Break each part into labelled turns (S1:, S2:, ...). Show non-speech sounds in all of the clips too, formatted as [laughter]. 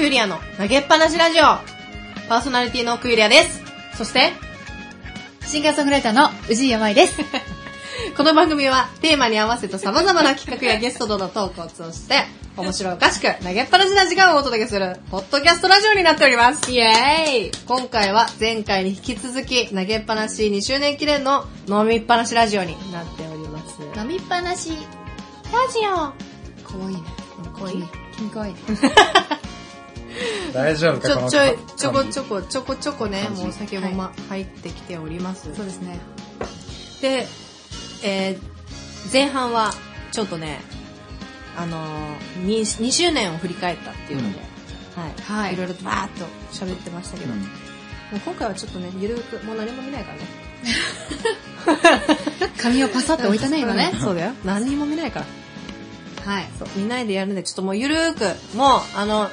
S1: ユリアの投げっぱなしラジオ。パーソナリティの奥ユリアです。そして、
S2: シンガーソングライターの宇治井山井です。
S1: [laughs] この番組はテーマに合わせた様々な企画やゲストとのトークを通して、面白おかしく投げっぱなしな時間をお届けする、ポッドキャストラジオになっております。イエーイ今回は前回に引き続き、投げっぱなし2周年記念の飲みっぱなしラジオになっております。ラ
S2: 飲みっぱなし。
S1: ジ
S2: かわいいね。
S1: オこいい。
S2: 君かわいいね。
S3: 大丈夫
S1: ち
S3: かこ
S1: ょ、
S3: の
S1: ちょい、ちょこ
S3: 感じ
S1: ちょこ、ちょこちょこね、
S3: 感じ
S1: もうお酒も、ま、入ってきております。
S2: そうですね。
S1: で、えー前半はちょっとね、あのー、に 2, 周年を振り返ったっていうので、はい、
S2: はい
S1: い、ろいろとバーっと喋ってましたけど、もう今回はちょっとね、ゆるく、もう何も見ないからね。
S2: 髪をパサッと置いたね、今ね
S1: うん。そうだよ。何にも見ないから。
S2: はい。
S1: そう、見ないでやるんで、ちょっともうゆるーく、もう、あの、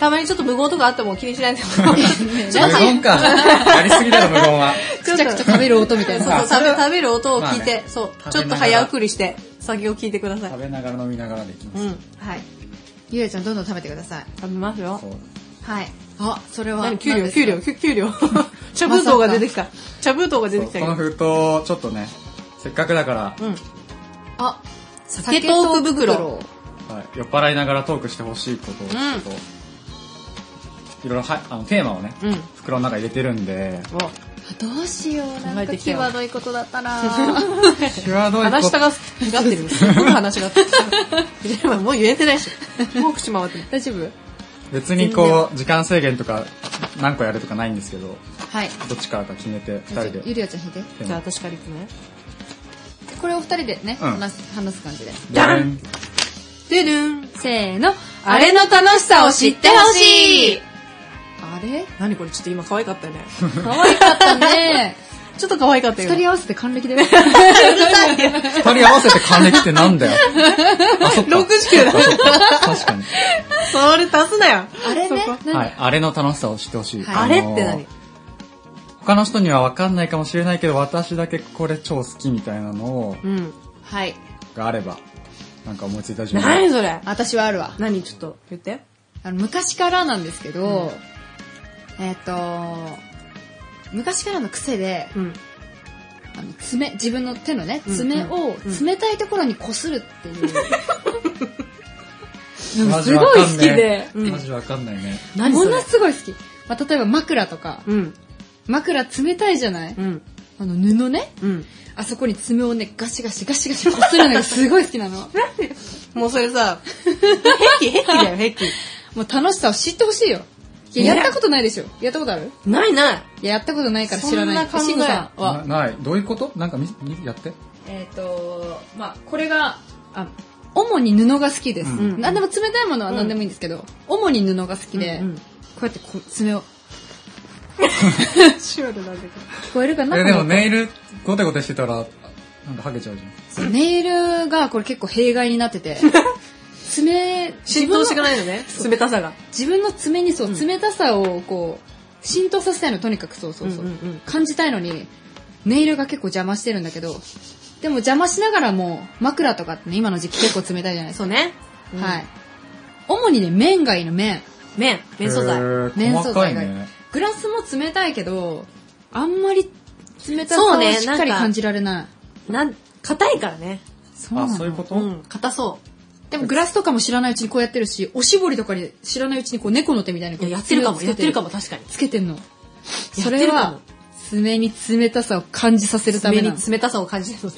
S1: たまにちょっと無言とかあっても気にしないでもらって [laughs]
S2: ちょっ
S3: 無言か。やりすぎだろ、無言は。
S2: と、くちゃくちゃ食べる音みたい
S1: そう
S2: な。
S1: そう食べ食べる音を
S3: まあ
S1: 聞いて、
S3: ね
S1: そう、ちょ
S3: 食
S1: っ
S3: べながら
S1: と早送りして、先を聞いてください
S3: 食。べながら飲みながらできます。
S1: うん、食
S2: はい。ゆうやちゃんどんどん食べてください。
S1: べますよ
S3: そ。う
S2: はい。あ、それは。
S1: 何給料、
S2: 何です
S1: 給
S2: か
S1: 料、。給給 [laughs] 料。茶封筒が出てきた。茶封筒が出てきた
S3: そうこの
S1: け
S3: 封筒をちょっとね、せっかくだから、
S1: ど。うん。
S2: あ、
S1: 酒トーク袋。
S3: はい酔っ払いながらトークしてほしいことを、ちょっと、いろいろはあのテーマをね、
S1: うん。
S3: 袋の中に入れてるんで、
S2: あどうしよう。な
S1: 考え
S2: んか
S1: てきたよ
S2: 際どいことだったら。
S3: 際ど
S1: お
S3: いこ
S1: 話した
S3: と。
S1: が、がってる。すごい話がって [laughs] る。もう言えてないし。もう口回ってる。
S2: 大丈夫
S3: 別にこう、時間制限とか、何個やるとかないんですけど、
S2: はい。
S3: どっちからか決めて、二人
S2: ゆ
S3: で。
S2: りやちゃん引いて。
S1: じゃあ私からいくね。
S2: これを二人でね、
S3: うん
S2: 話す、話す感じで。
S1: ダン
S3: でん
S1: てるん。
S2: せーの。
S1: あれの楽しさを知ってほしい
S2: あれ
S1: 何これちょっと今可愛かったよね。
S2: 可愛かったね。
S1: ちょっと可愛かったよ。
S2: [laughs] 二人合わせて還 [laughs] 暦だよ。
S3: 二人合わせて還暦ってなんだよ。あ、そっか。
S1: 69だ
S3: あそっか確かに。
S1: それ足すなよ。
S2: あれね
S1: そこ。
S3: はい、あれの楽しさを知ってほしい。
S2: はい
S1: あれって何
S3: 他の人には分かんないかもしれないけど、私だけこれ超好きみたいなのを
S1: うん。
S2: はい。
S3: があれば、なんか思いついた自分
S1: 何それ
S2: 私はあるわ。
S1: 何ちょっと言って。
S2: あの昔からなんですけど、えっ、と、昔からの癖で、
S1: うん。
S2: あの爪、自分の手のね、
S1: うん
S2: 爪を
S1: うん
S2: 冷たいところに擦るっていう。
S3: マジ
S2: す
S3: わ
S2: ごい
S3: か
S2: 好
S3: ん
S2: き
S3: ね
S2: で
S3: え。
S1: うん
S3: マジわかんないね。
S1: 何そ
S2: もの
S1: れ
S2: すごい好き。まあ、例えば枕とか、
S1: うん。
S2: 枕冷たいじゃない、
S1: うん。
S2: あの布ね、
S1: うん。
S2: あそこに爪をね、ガシガシガシガシ擦るのがすごい好きなの。
S1: もうそれ [laughs] さ、ヘッキ、ヘッキだよ、ヘッキ。
S2: もう楽しさを知ってほしいよ。いや、
S1: ね
S2: やったことないでしょ。やったことある
S1: ないない。
S2: いや、やったことないから知らない。
S1: そんな考え
S2: シンゴさん
S3: な
S2: は。
S3: ない。どういうことなんかみ、みやって。
S2: えっ、と、まあ、これが、あ、主に布が好きです。
S3: うん
S2: 何でも冷たいものは何でもいいんですけど、主に布が好きで、
S1: うんうん
S2: こうやってこう爪を、
S1: シュールなんだけど。
S2: 聞こえるかな
S3: え、でも
S2: この音
S3: ネイル、ゴテゴテしてたら、なんかハゲちゃうじゃん。
S2: そうネイルがこれ結構弊害になって
S1: [laughs]
S2: て、爪、自
S1: 浸
S2: 分
S1: 透していか
S2: の、
S1: ないのね、冷たさが。
S2: 自分の爪にそう、
S1: ん
S2: 冷たさをこう、浸透させたいの、とにかくそうそうそ
S1: う
S2: う。
S1: んうんうん
S2: 感じたいのに、ネイルが結構邪魔してるんだけど、でも邪魔しながらも、枕とかってね、今の時期結構冷たいじゃないです
S1: そ
S2: か
S1: うね。うん
S2: はい。主にね、麺がいいの、麺。
S1: 麺、麺素材
S3: へ。ー
S2: 麺素
S3: 細か
S2: 材
S3: い
S2: がいい。
S3: ね。
S2: グラスも冷たいけど、あんまり冷たさ
S1: そう
S2: を
S1: ね
S2: しっかり
S1: なんか
S2: 感じられない。
S1: なん、硬いからね。
S2: そう,、
S3: あ、
S2: な
S3: そういう
S2: の
S3: こと
S1: うん、硬そ
S2: でもグラスとかも知らないうちにこうやってるし、おしぼりとかに知らないうちにこう猫の手みたいに
S1: う。い
S2: こう
S1: や、やってるかも、
S2: 爪
S1: やっ
S2: をつけ
S1: てるかも、確かに。
S2: つけてんの。
S1: も
S2: それは、爪に冷たさを感じさせるため
S1: 爪
S2: な
S1: に
S2: の。
S1: 冷たさを感じて [laughs] る。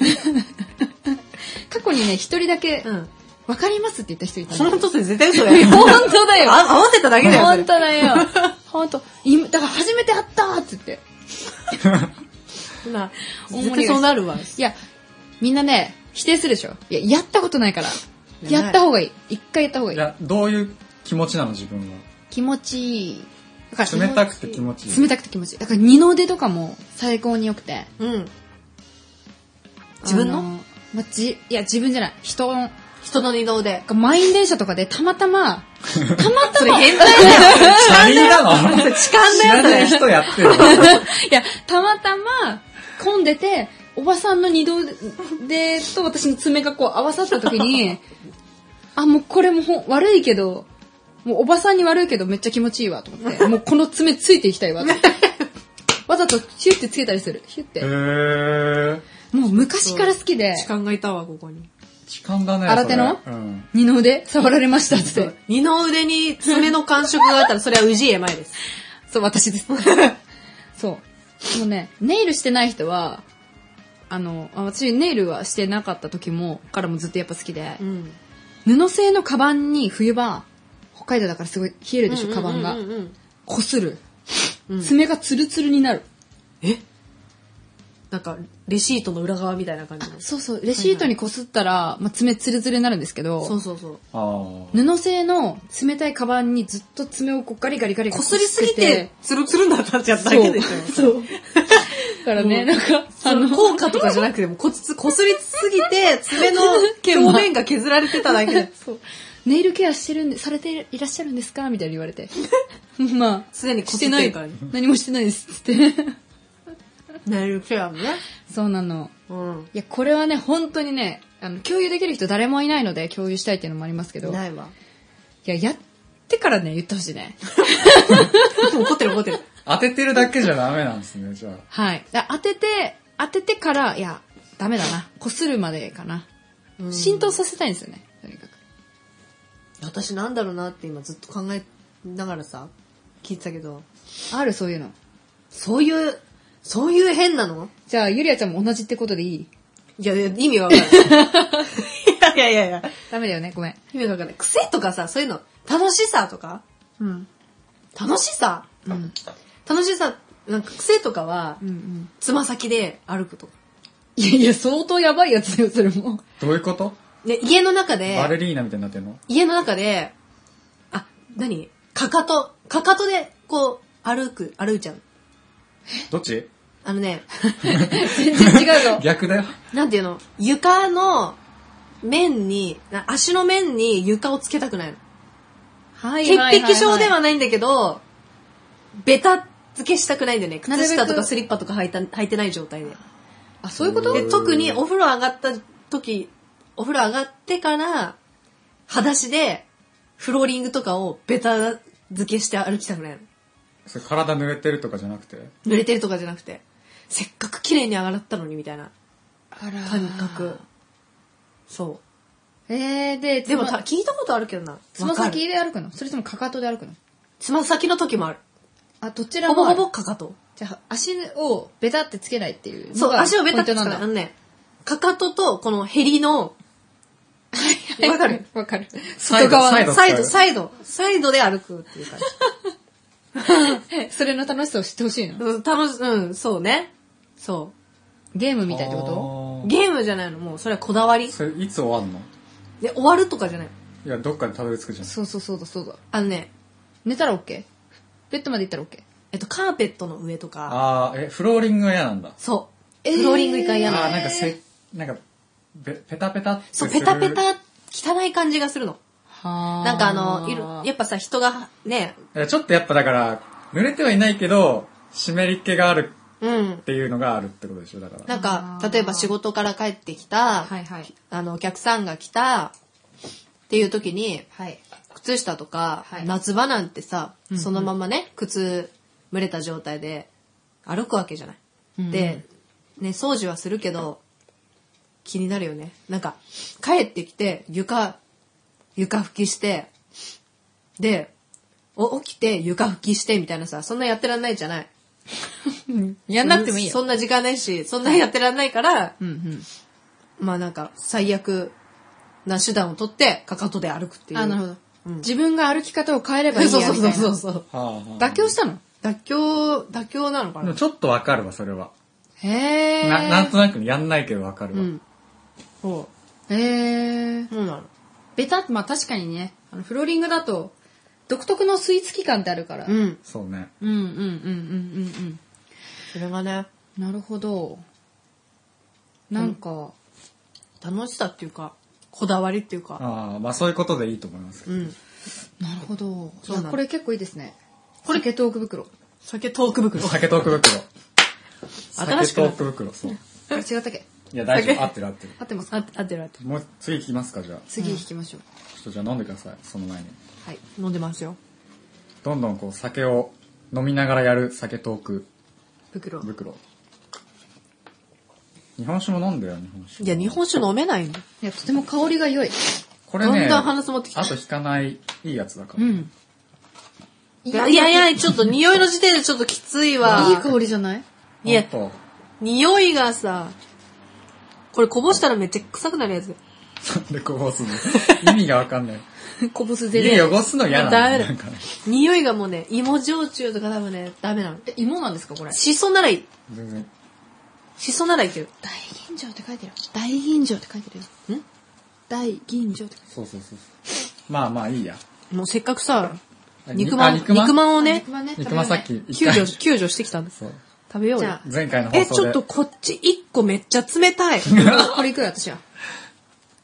S2: 過去にね、一人だけ、
S1: うん。
S2: わかりますって言った人いた
S1: その
S2: の。
S1: 年で絶対嘘だよ。
S2: 本当だよ
S1: あ合わせただけだよ。それ
S2: 本当だ
S1: [laughs]
S2: よ。本当。今だから初めて会ったーって言って。
S1: ほら
S2: 大盛り
S1: 絶対そうなるわ。
S2: いや、みんなね、否定するでしょ。いや、やったことないから。やった方がいい。一回やった方がい
S3: い
S2: い。
S3: や、どういう気持ちなの、自分は。
S2: 気持ちいい。だから
S3: 冷たくて気持ちいい。
S2: 冷たくて気持ちいい。だから二の腕とかも最高に良くて。
S1: うん。自分の
S2: あまあじ、いや、自分じゃない。人の、
S1: 人の二の腕。
S2: 満員電車とかでたまた [laughs] ま、たまた
S1: それ
S2: ま、
S1: 変態だよ。
S3: 他人なの
S1: 痴漢
S3: 知
S1: だよ、そ
S3: らない
S1: れ。
S3: 人やってる。
S2: いや、たまたま混んでて、おばさんの二度でと [laughs] 私の爪がこう合わさった時に、あ、もうこれもほん悪いけど、もうおばさんに悪いけどめっちゃ気持ちいいわと思 [laughs] って、もうこの爪ついていきたい [laughs] わと思って。わざとヒュってつけたりする。ヒュって。
S3: へえ。
S2: もう昔から好きで、
S1: 痴漢がいたわ、ここに。
S3: 痴漢だね。
S2: 新手の
S3: それうん。
S2: 二の腕触られましたっつって。
S1: 二の腕に爪の感触があったら、それは氏家前です。
S2: そう、私です。 [laughs] そう。もうね、ネイルしてない人は、あの、あ私ネイルはしてなかった時も、からもずっとやっぱ好きで
S1: う、ん。
S2: 布製のカバンに冬場、北海道だからすごい冷えるでしょ、カバンが
S1: うんう。んうんうん
S2: こする。
S1: うん
S2: 爪がツルツルになる。
S1: なんか、レシートの裏側みたいな感じの。
S2: そうそう、レシートにこすったら、まあ、爪ツルツルになるんですけ
S1: そ
S2: ど
S1: う、そうそう。
S3: ああ。
S2: 布製の冷たいカバンにずっと爪をこうガリガリガリガリ
S1: こすりすぎて、、ツルツルになったっちゃっただ
S2: そ
S1: け
S2: う
S1: でしょ。。
S2: そう。だからね、なんか、
S1: あの、効果とかじゃなくても、こつ、こすりすぎて、爪 [laughs] の表面が削られてただけで、
S2: そう。ネイルケアしてるんで、されていらっしゃるんですかみたいに言われ [laughs] て。まあ、
S1: すでにこ
S2: し
S1: す
S2: て
S1: っ
S2: な
S1: て
S2: い
S1: るからね。。
S2: 何もしてないです。つって。
S1: ネイルケアもね。
S2: そうなの。
S1: うん。
S2: いや、これはね、本当にね、あの、共有できる人誰もいないので、共有したいっていうのもありますけど。い
S1: ないわ。
S2: や、やってからね、言ってほしいね。
S1: 怒ってる怒ってる。
S3: 当ててるだけじゃダメなんですね、じゃあ。
S2: はい。だ当てて、当ててから、いや、ダメだな。こするまでかな。
S1: うん
S2: 浸透させたいんですよね。とにかく。
S1: 私なんだろうなって今ずっと考えながらさ、聞いてたけど、
S2: ある、そういうの。
S1: そういう、そういう変なの
S2: じゃあ、ゆりあちゃんも同じってことでいい
S1: いやいや、意味わかんない。いやいやいやいや、
S2: ダメだよね、ごめん。
S1: 意味わかんない。癖とかさ、そういうの、楽しさとか
S2: うん。
S1: 楽しさ、
S2: うん。
S1: 楽しさ、なんか癖とかは
S2: うんう、ん。
S1: つま先で歩くとか。
S2: いやいや、相当やばいやつだよ、それも。
S3: どういうこと
S1: ね、家の中
S3: バレ
S1: で、
S3: リーナみたいになってんの
S1: 家の中で、あ、何かかと、かかとで、こう、歩く、歩いちゃう。
S3: どっち
S1: あのね、
S2: 全然違うぞ。
S3: 逆だよ。
S1: なんていうの床の面に、な足の面に床をつけたくないの。
S2: [laughs] は
S1: 潔癖症ではないんだけど、ベタ付けしたくないんだよね。
S2: なるべく
S1: 靴下とかスリッパとか履いた履いてない状態で。
S2: あ、そういうこと
S1: で、特にお風呂上がった時、お風呂上がってから、裸足で、フローリングとかをベタ付けして歩きたくないの。
S3: それ体濡れてるとかじゃなくて。
S1: 濡れてるとかじゃなくて。せっかく綺麗に上がったのにみたいな
S2: あら
S1: 感覚。そ
S2: えー、で、
S1: う。でも
S2: つ
S1: た
S2: ま
S1: 聞いたことあるけどな。
S2: つま
S1: わかる
S2: 先で歩くのそれともかかとで歩くの
S1: つま先の時もある。
S2: あ、どちら
S1: ほ
S2: も。
S1: ぼほぼ。かかと。
S2: じゃあ、足をベタってつけないっていう。
S1: そう、足をベタってつか
S2: ポイン
S1: ない。あ
S2: トなんだ。
S1: のね、かかとと、このヘリの、わかる
S2: [laughs] わかる。
S3: サ
S2: 外
S3: イド
S2: 側
S3: サイ
S2: の。
S1: サイ
S3: 使
S1: ド、
S3: う
S1: サイド、サイドで歩くっていう感じ。
S2: それの楽しさを知ってほしいの。
S1: うん楽し、うん、そうね。そ
S2: ゲームみたいってこと
S1: う。ゲームじゃないの、もう、それはこだわり
S3: あー。それいつ終わんの
S1: で、終わるとかじゃない。
S3: いや、どっかでたどり着くじゃん。
S2: そうそうそうだそうだ。
S1: あのね、
S2: 寝たら OK? ベッドまで行ったら OK?
S1: えっと、カーペットの上とか、
S3: ああ、え、フローリングが嫌なんだ。
S1: そう。
S2: えー
S1: フローリング一回嫌
S3: ああ
S1: なの。
S3: ー、なんかせ、なんか、ペペタペタって
S1: そう、
S3: する
S1: ペタペタ、汚い感じがするの。
S2: は
S1: なんかあの、いるやっぱさ、人が、ね、
S3: えちょっとやっぱだから、濡れてはいないけど、湿り気がある
S1: うん
S3: っ。ていうのがあるってことでしょ、だから。
S1: なんか
S2: あ、ー
S1: 例えば仕事から帰ってきた、
S2: はいはい。
S1: あの、お客さんが来た、っていう時に、
S2: はい。
S1: 靴下とか、
S2: はい
S1: 夏場なんてさ、
S2: うんうん
S1: そのままね、靴、蒸れた状態で歩くわけじゃない。
S2: うん
S1: で、ね、掃除はするけど、気になるよね。なんか、帰ってきて、床、床拭きして、で、お起きて床拭きしてみたいなさ、そんなやってらんないじゃない。
S2: やんなくてもいい
S1: そ
S2: よ。
S1: んな時間ないし、そんなやってらんないから、
S2: うんうん。
S1: まあなんか、最悪な手段を取って、かかとで歩くっていう。
S2: あ、なるほど。
S1: うん
S2: 自分が歩き方を変えればいいや
S1: そ
S2: み
S1: う
S2: たい
S1: そう
S2: な。
S1: そうそうそう。
S3: はあ、はあ、
S2: 妥協したの
S1: [laughs] 妥協、妥協なのか
S3: でも
S1: な
S3: ちょっとわかるわ、それは。
S2: へー。
S3: ななんとなくやんないけどわかるわ。
S1: うん。そ
S2: へー
S1: う。。そうなの。
S2: ベタまあ確かにね、あのフローリングだと、独特のスイーツ期間ってあるから。うん、
S1: ん。
S3: そうね。
S2: うん、うん、うん、うん、
S1: それがね、
S2: うん。なるほど。なんか、
S1: 楽しさっていうか、こだわりっていうか。
S3: ああ、まあそういうことでいいと思いますけど。
S1: うん。
S2: なるほど。
S1: そうなの
S2: いやこれ結構いいですね。
S1: これ
S2: 酒トーク袋。
S1: 酒トーク袋。
S3: 酒トーク袋。
S1: [laughs] 新しく
S3: 酒
S1: な
S3: ト
S1: っ
S3: ーク袋、そう。
S2: あれ違ったっけ
S3: いや、大丈
S1: 酒
S3: 夫。合ってる合ってる。
S1: 合ってます
S2: あ
S1: か
S2: 合ってる合ってる。
S3: もう、次聞きますか、じゃあ。
S1: 次引きましょう。
S3: ちょっとじゃあ飲んでください、その前に。
S1: はい。飲んでますよ。
S3: どんどんこう、酒を飲みながらやる酒トーク
S1: 袋。
S3: 袋。日本酒も飲んだよ、日本酒。
S1: いや、日本酒飲めないんだ。
S2: いや、とても香りが良い。
S3: これね、
S1: だんだん鼻詰まってきた
S3: あと引かない、いいやつだか
S2: う
S3: ら。
S2: ん。
S1: いやいや、ちょっと匂いの時点でちょっときついわ。
S2: いい香りじゃない
S1: いや
S3: ほんと
S1: 匂いがさ、これこぼしたらめっちゃ臭くなるやつ。
S3: なんでこぼすの
S1: [laughs]
S3: 意味がわかんない。
S2: [laughs] こぼすゼリ
S3: 家
S2: ー。
S3: 汚すの嫌なの
S1: ダメだ
S3: なんかね。
S1: 匂いがもうね、芋焼酎とか多分ね、ダメなの。
S2: え芋なんですかこれ。
S1: シソならいい。
S3: 全然。
S1: シソならいける。
S2: 大吟醸って書いてる。大吟醸って書いてるよ。ん大吟醸って
S3: そうそうそうそう。まあまあいいや。
S1: もうせっかくさ、
S3: あ
S1: 肉まん、
S3: あ
S1: 肉
S3: 肉まん
S1: まんをね
S2: 肉、まんね。
S3: 肉まんさっき、一
S1: 救
S3: 回
S1: 助、。救助してきたんです。
S3: そう。
S1: 食べよう
S2: じ
S1: よ
S2: ゃ。
S3: 前回の放
S1: え、
S3: 送
S1: ち
S3: で。
S1: ょっとこっち一個めっちゃ冷た
S3: [laughs]
S1: い。
S2: あこれいくよ、私は。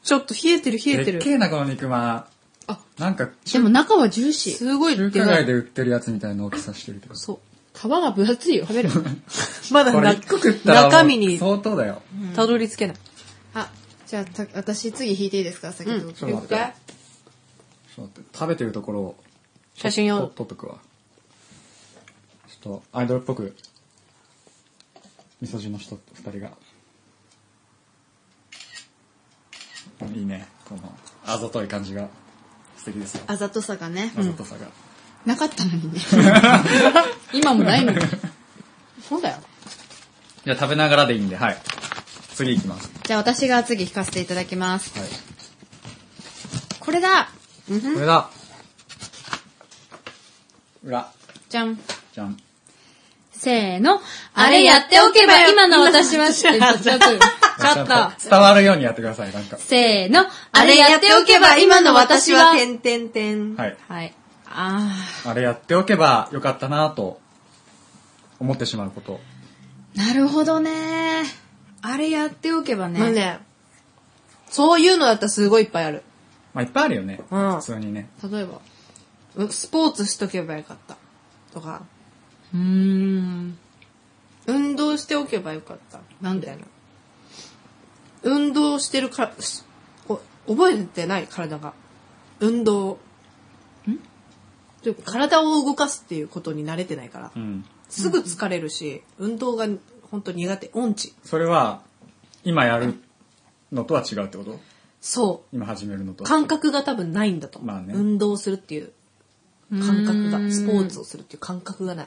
S1: ちょっと冷えてる冷えて
S3: でっ
S1: る
S3: け。えな、この肉まん。
S2: あ、
S3: なんか、
S2: でも中はジューシー。
S1: すごい
S3: 中
S1: で
S3: 華
S1: か
S3: 街
S1: い。
S3: で売ってるやつみたいな大きさしてるけど。
S1: そう。
S2: 皮が分厚いよ。食
S3: [laughs]
S2: べる。
S1: まだ
S3: これ
S1: な
S3: 一個食ったらもう
S1: 中身に
S3: 相当だよ。
S1: たどり着けない。
S2: あ、じゃあ、た私次引いていいですか先ほど。
S1: うん
S3: ちょっと待って。ちょっと待って。食べてるところを
S1: 写真
S3: と
S1: を。
S3: 撮っとくわ。ちょっとアイドルっぽく、みそじの人と二人が。いいね。この、あざとい感じが素敵ですよ。
S2: あざとさがね。
S3: あざとさが。
S2: なかったのに [laughs] ね。今もないのに。そうだよ。
S3: じゃあ食べながらでいいんで、はい。次行きます。
S2: じゃあ私が次引かせていただきます。
S3: はい。
S2: これだ
S3: これだ裏。
S2: じゃん。
S3: じゃん。
S2: せーの。あれやっておけば今の私は。ちょっとちょっと
S1: 勝った。
S3: 伝わるようにやってください、なんか。
S2: せーの。
S1: あ
S2: あ
S1: れ
S2: れ
S1: や
S2: や
S1: っ
S2: ってて
S1: お
S2: お
S1: け
S2: け
S1: ば
S2: ば
S1: 今
S2: 今
S1: の
S2: の
S1: 私
S2: 私
S1: は、
S2: は。
S1: てんてんてん。
S3: はい。
S2: はい。あ
S3: あれやっておけばよかったなぁと思ってしまうこと。
S2: ー。なるほどね。あれやっておけばね。
S1: まあね、そういうのだったらすごいいっぱいある。
S3: まあいっぱいあるよね。
S1: うん
S3: 普通にね。
S2: 例えば。
S1: うんスポーツしとけばよかった。とか、
S2: うーん。
S1: 運動しておけばよかった。
S2: なん
S1: み
S2: で
S1: たいな。運動してるから、しお覚えてない体が。運動。んというか体を動かすっていうことに慣れてないから
S3: う。ん。
S1: すぐ疲れるし、運動が本当苦手。音痴。
S3: それは、今やるのとは違うってこと
S1: そ
S3: 今始めるの
S1: う。
S3: とは。
S1: 感覚が多分ないんだと思う。
S3: まあね
S1: 運動するっていう感覚が、スポーツをするっていう感覚がない。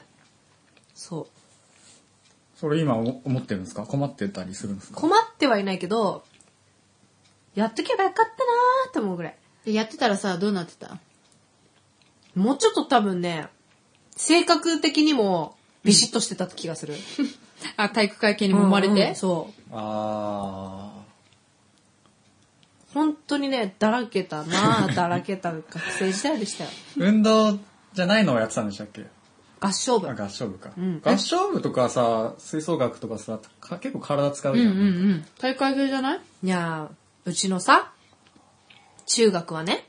S1: そう。
S3: それ今お思ってるんですか困ってたりするんですか
S1: 困ってはいないけど、やっとけばよかったなーって思うぐらい。
S2: でやってたらさ、どうなってた
S1: もうちょっと多分ね、性格的にもビシッとしてた気がする。
S2: [laughs] あ、体育会系に
S1: 生
S2: 揉まれて、
S1: そう。
S3: あ
S1: 本当にね、だらけたなーだらけた学生時代でしたよ。
S3: ー。運動じゃないのをやってたんでしたっけ
S1: 合唱
S3: あ
S1: 部。
S3: 合唱部か、
S1: ん
S3: 合唱部とかさ、吹奏楽とかさ、か結構体使うじゃん。
S2: うんうん。体育会系じゃない
S1: いやー、うちのさ、中学はね、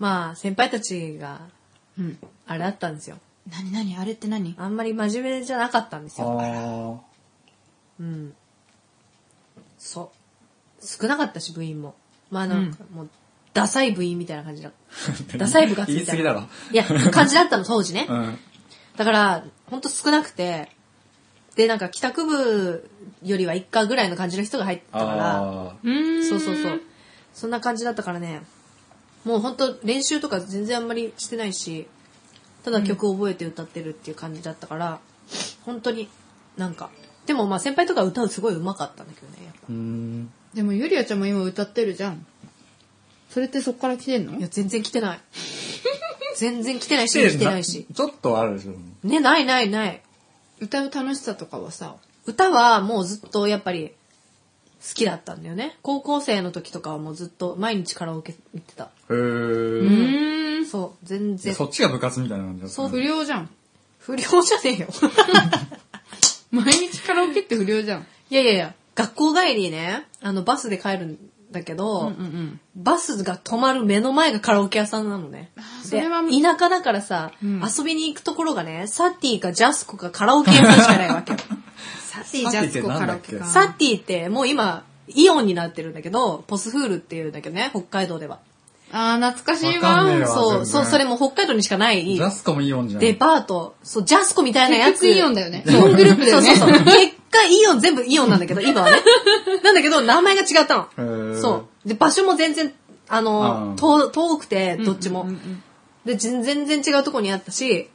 S1: まあ、先輩たちが、
S2: うん。
S1: あれだったんですよ。
S2: なになにあれって何
S1: あんまり真面目じゃなかったんですよ。
S3: あ
S1: うん。そう。少なかったし、部員も。まあなんか、もう、ダサい部員みたいな感じ
S3: [laughs]
S1: だ。[laughs]
S3: ー。
S1: ダサい部活
S3: 言
S1: み
S3: い
S1: た
S3: 過
S1: い
S3: ぎ
S1: な。
S3: だろ。
S1: いや、感じだったの、当時ね。
S3: うん。
S1: だから、ほんと少なくて、で、なんか、帰宅部よりは一家ぐらいの感じの人が入ってたから、
S3: あ
S2: うーん。
S1: そうそうそう。。そんな感じだったからね、もうほんと練習とか全然あんまりしてないし、ただ曲を覚えて歌ってるっていう感じだったから、本当になんか、でもまあ先輩とか歌うすごい上手かったんだけどね、やっぱ
S3: ー。うーん。
S2: でもゆりあちゃんも今歌ってるじゃん。それってそっから来てんの
S1: いや、全然来てない。全然来てないし、来てないし。
S3: ちょっとあるでしょ。
S1: ね、ないないない。
S2: 歌う楽しさとかはさ、
S1: 歌はもうずっとやっぱり好きだったんだよね。高校生の時とかはもうずっと毎日カラオケ行ってた。
S3: へー。
S2: うーん。
S1: そう、全然。
S3: そっちが部活みたいな感じだった
S2: そう、
S3: ね
S2: 不良じゃん。
S1: 不良じゃねえよ。
S2: 毎日カラオケって不良じゃん。 [laughs]
S1: いやいやいや、学校帰りね、あのバスで帰るんだけど、
S2: うんうん。
S1: バスが止まる目の前がカラオケ屋さんなのね。
S2: それは
S1: で田舎だからさ、
S2: うん [laughs]
S1: 遊びに行くところがね、サティかジャスコかカラオケ屋さんしかないわけよ。
S2: サティジャスコカラオケか。
S1: サッティってもう今、イオンになってるんだけど、ポスフールっていうんだけどね、北海道では。
S2: あー、懐かしい
S3: わかんねえ
S2: わ。
S3: よ
S1: そう、
S3: 全然
S1: そう、それも北海道にしかない
S3: ジ、ャスコもイオンじゃん。
S1: デパート、そう、ジャスコみたいなやつ。
S2: 結局イオンだよね
S1: そう
S2: イオングループだよね
S1: そうそうそう。結果イオン、全部イオンなんだけど、今はね。なんだけど、名前が違ったの。
S3: へー
S1: そう。で、場所も全然、あ
S3: あ
S1: の、
S3: ー
S1: 遠遠くて、どっちも
S2: うんう。ん
S1: で、全全然違うとこにあったし、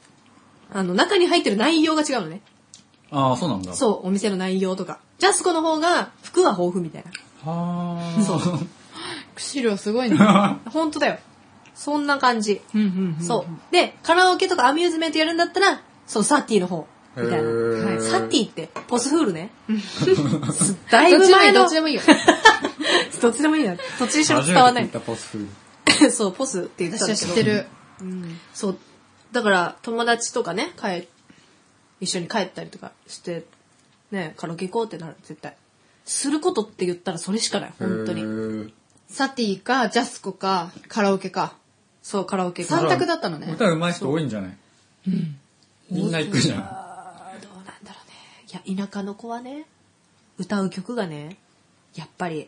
S1: あの、中に入ってる内容が違うのね。
S3: ああ、そうなんだ。う。
S1: そう、お店の内容とか。ジャスコの方が、服は豊富みたいな。
S3: はあ。そう。
S2: 資料すごいね。
S1: 本当だよ。そんな感じ。
S2: うんうんうん
S1: そう。で、カラオケとかアミューズメントやるんだったら、そのサティの方。みたいな。
S3: へー
S1: はいサティって、ポスフール
S2: [laughs]
S1: ね。すだい
S2: どっ
S1: ぶ
S2: ちでもい
S1: 前
S2: い、ど
S1: の
S2: っちでもいいよ。
S1: どっちでもいいな。どっちにしても
S3: [laughs] 初
S1: 伝わんな
S3: めて聞
S1: い
S3: い。たポスフー
S1: [laughs]
S3: ル。
S1: そう、ポスって言ってたん
S2: 私
S1: だ
S2: は
S1: けど。
S2: 知ってる。
S1: そう。だから、友達とかね、帰、一緒に帰ったりとかして、ね、カラオケ行こうってなる、絶対。することって言ったらそれしかない、本当
S3: へ
S1: に。
S3: ー
S2: サティか、ジャスコか、カラオケか。
S1: そう、カラオケ行こ
S2: 三択だったのね。
S3: 歌うまい人多いんじゃないみんな行くじゃん。
S1: うどうなんだろうね。いや、田舎の子はね、歌う曲がね、やっぱり、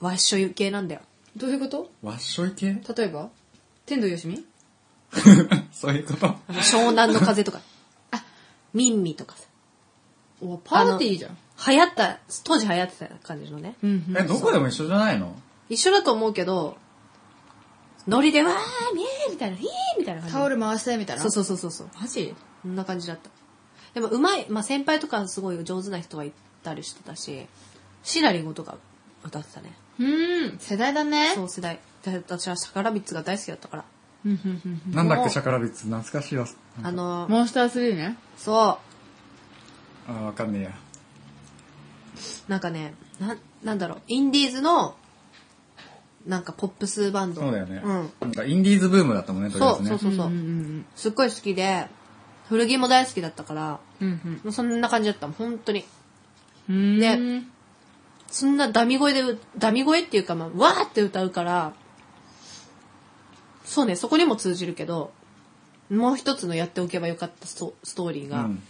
S1: わっしょい系なんだよ。
S2: どういうこと
S3: わっしょい系
S2: 例えば天童よしみ
S3: [laughs] そういうこと
S1: あの湘南の風と
S2: [laughs]
S1: か。あ、ミンミとかさ。
S2: おパーティーじゃん。
S1: 流行った、当時流行ってた感じのね。
S2: うんうん
S3: え、どこでも一緒じゃないの
S1: 一緒だと思うけど、ノリでわー、みえーみたいな、ひーみたいな感じ。
S2: タオル回してみたいな。
S1: そうそうそうそうそう。
S2: マジ
S1: こんな感じだった。でもうまい、まあ、先輩とかすごい上手な人がいたりしてたし、シラリンゴとか歌ってたね。
S2: うーん、世代だね。
S1: そう世代。で私はシャカラビッツが大好きだったから。
S2: うんうんうんうん
S3: なんだっけ、シャカラビッツ。懐かしいわ。
S1: あの、
S2: モンスター3ね。
S1: そ
S3: あーわかんねえや。
S1: う、なんかね、なん、なんだろう、インディーズの、なんかポップスバンド。
S3: そうだよね。
S1: うん。
S3: なんかインディーズブームだったもんね、とりあえ
S1: そ
S3: ず
S1: う
S3: ね。
S1: そうそうそう。
S2: んうん
S1: すっごい好きで、古着も大好きだったから、
S2: うん。うん
S1: もうそんな感じだったもん、本当に。
S2: うん。
S1: ね
S2: うん
S1: そんなダミ声で、ダミ声っていうか、まあ、わーって歌うから、そうね、そこにも通じるけど、もう一つのやっておけばよかったストストーリーが、
S3: うん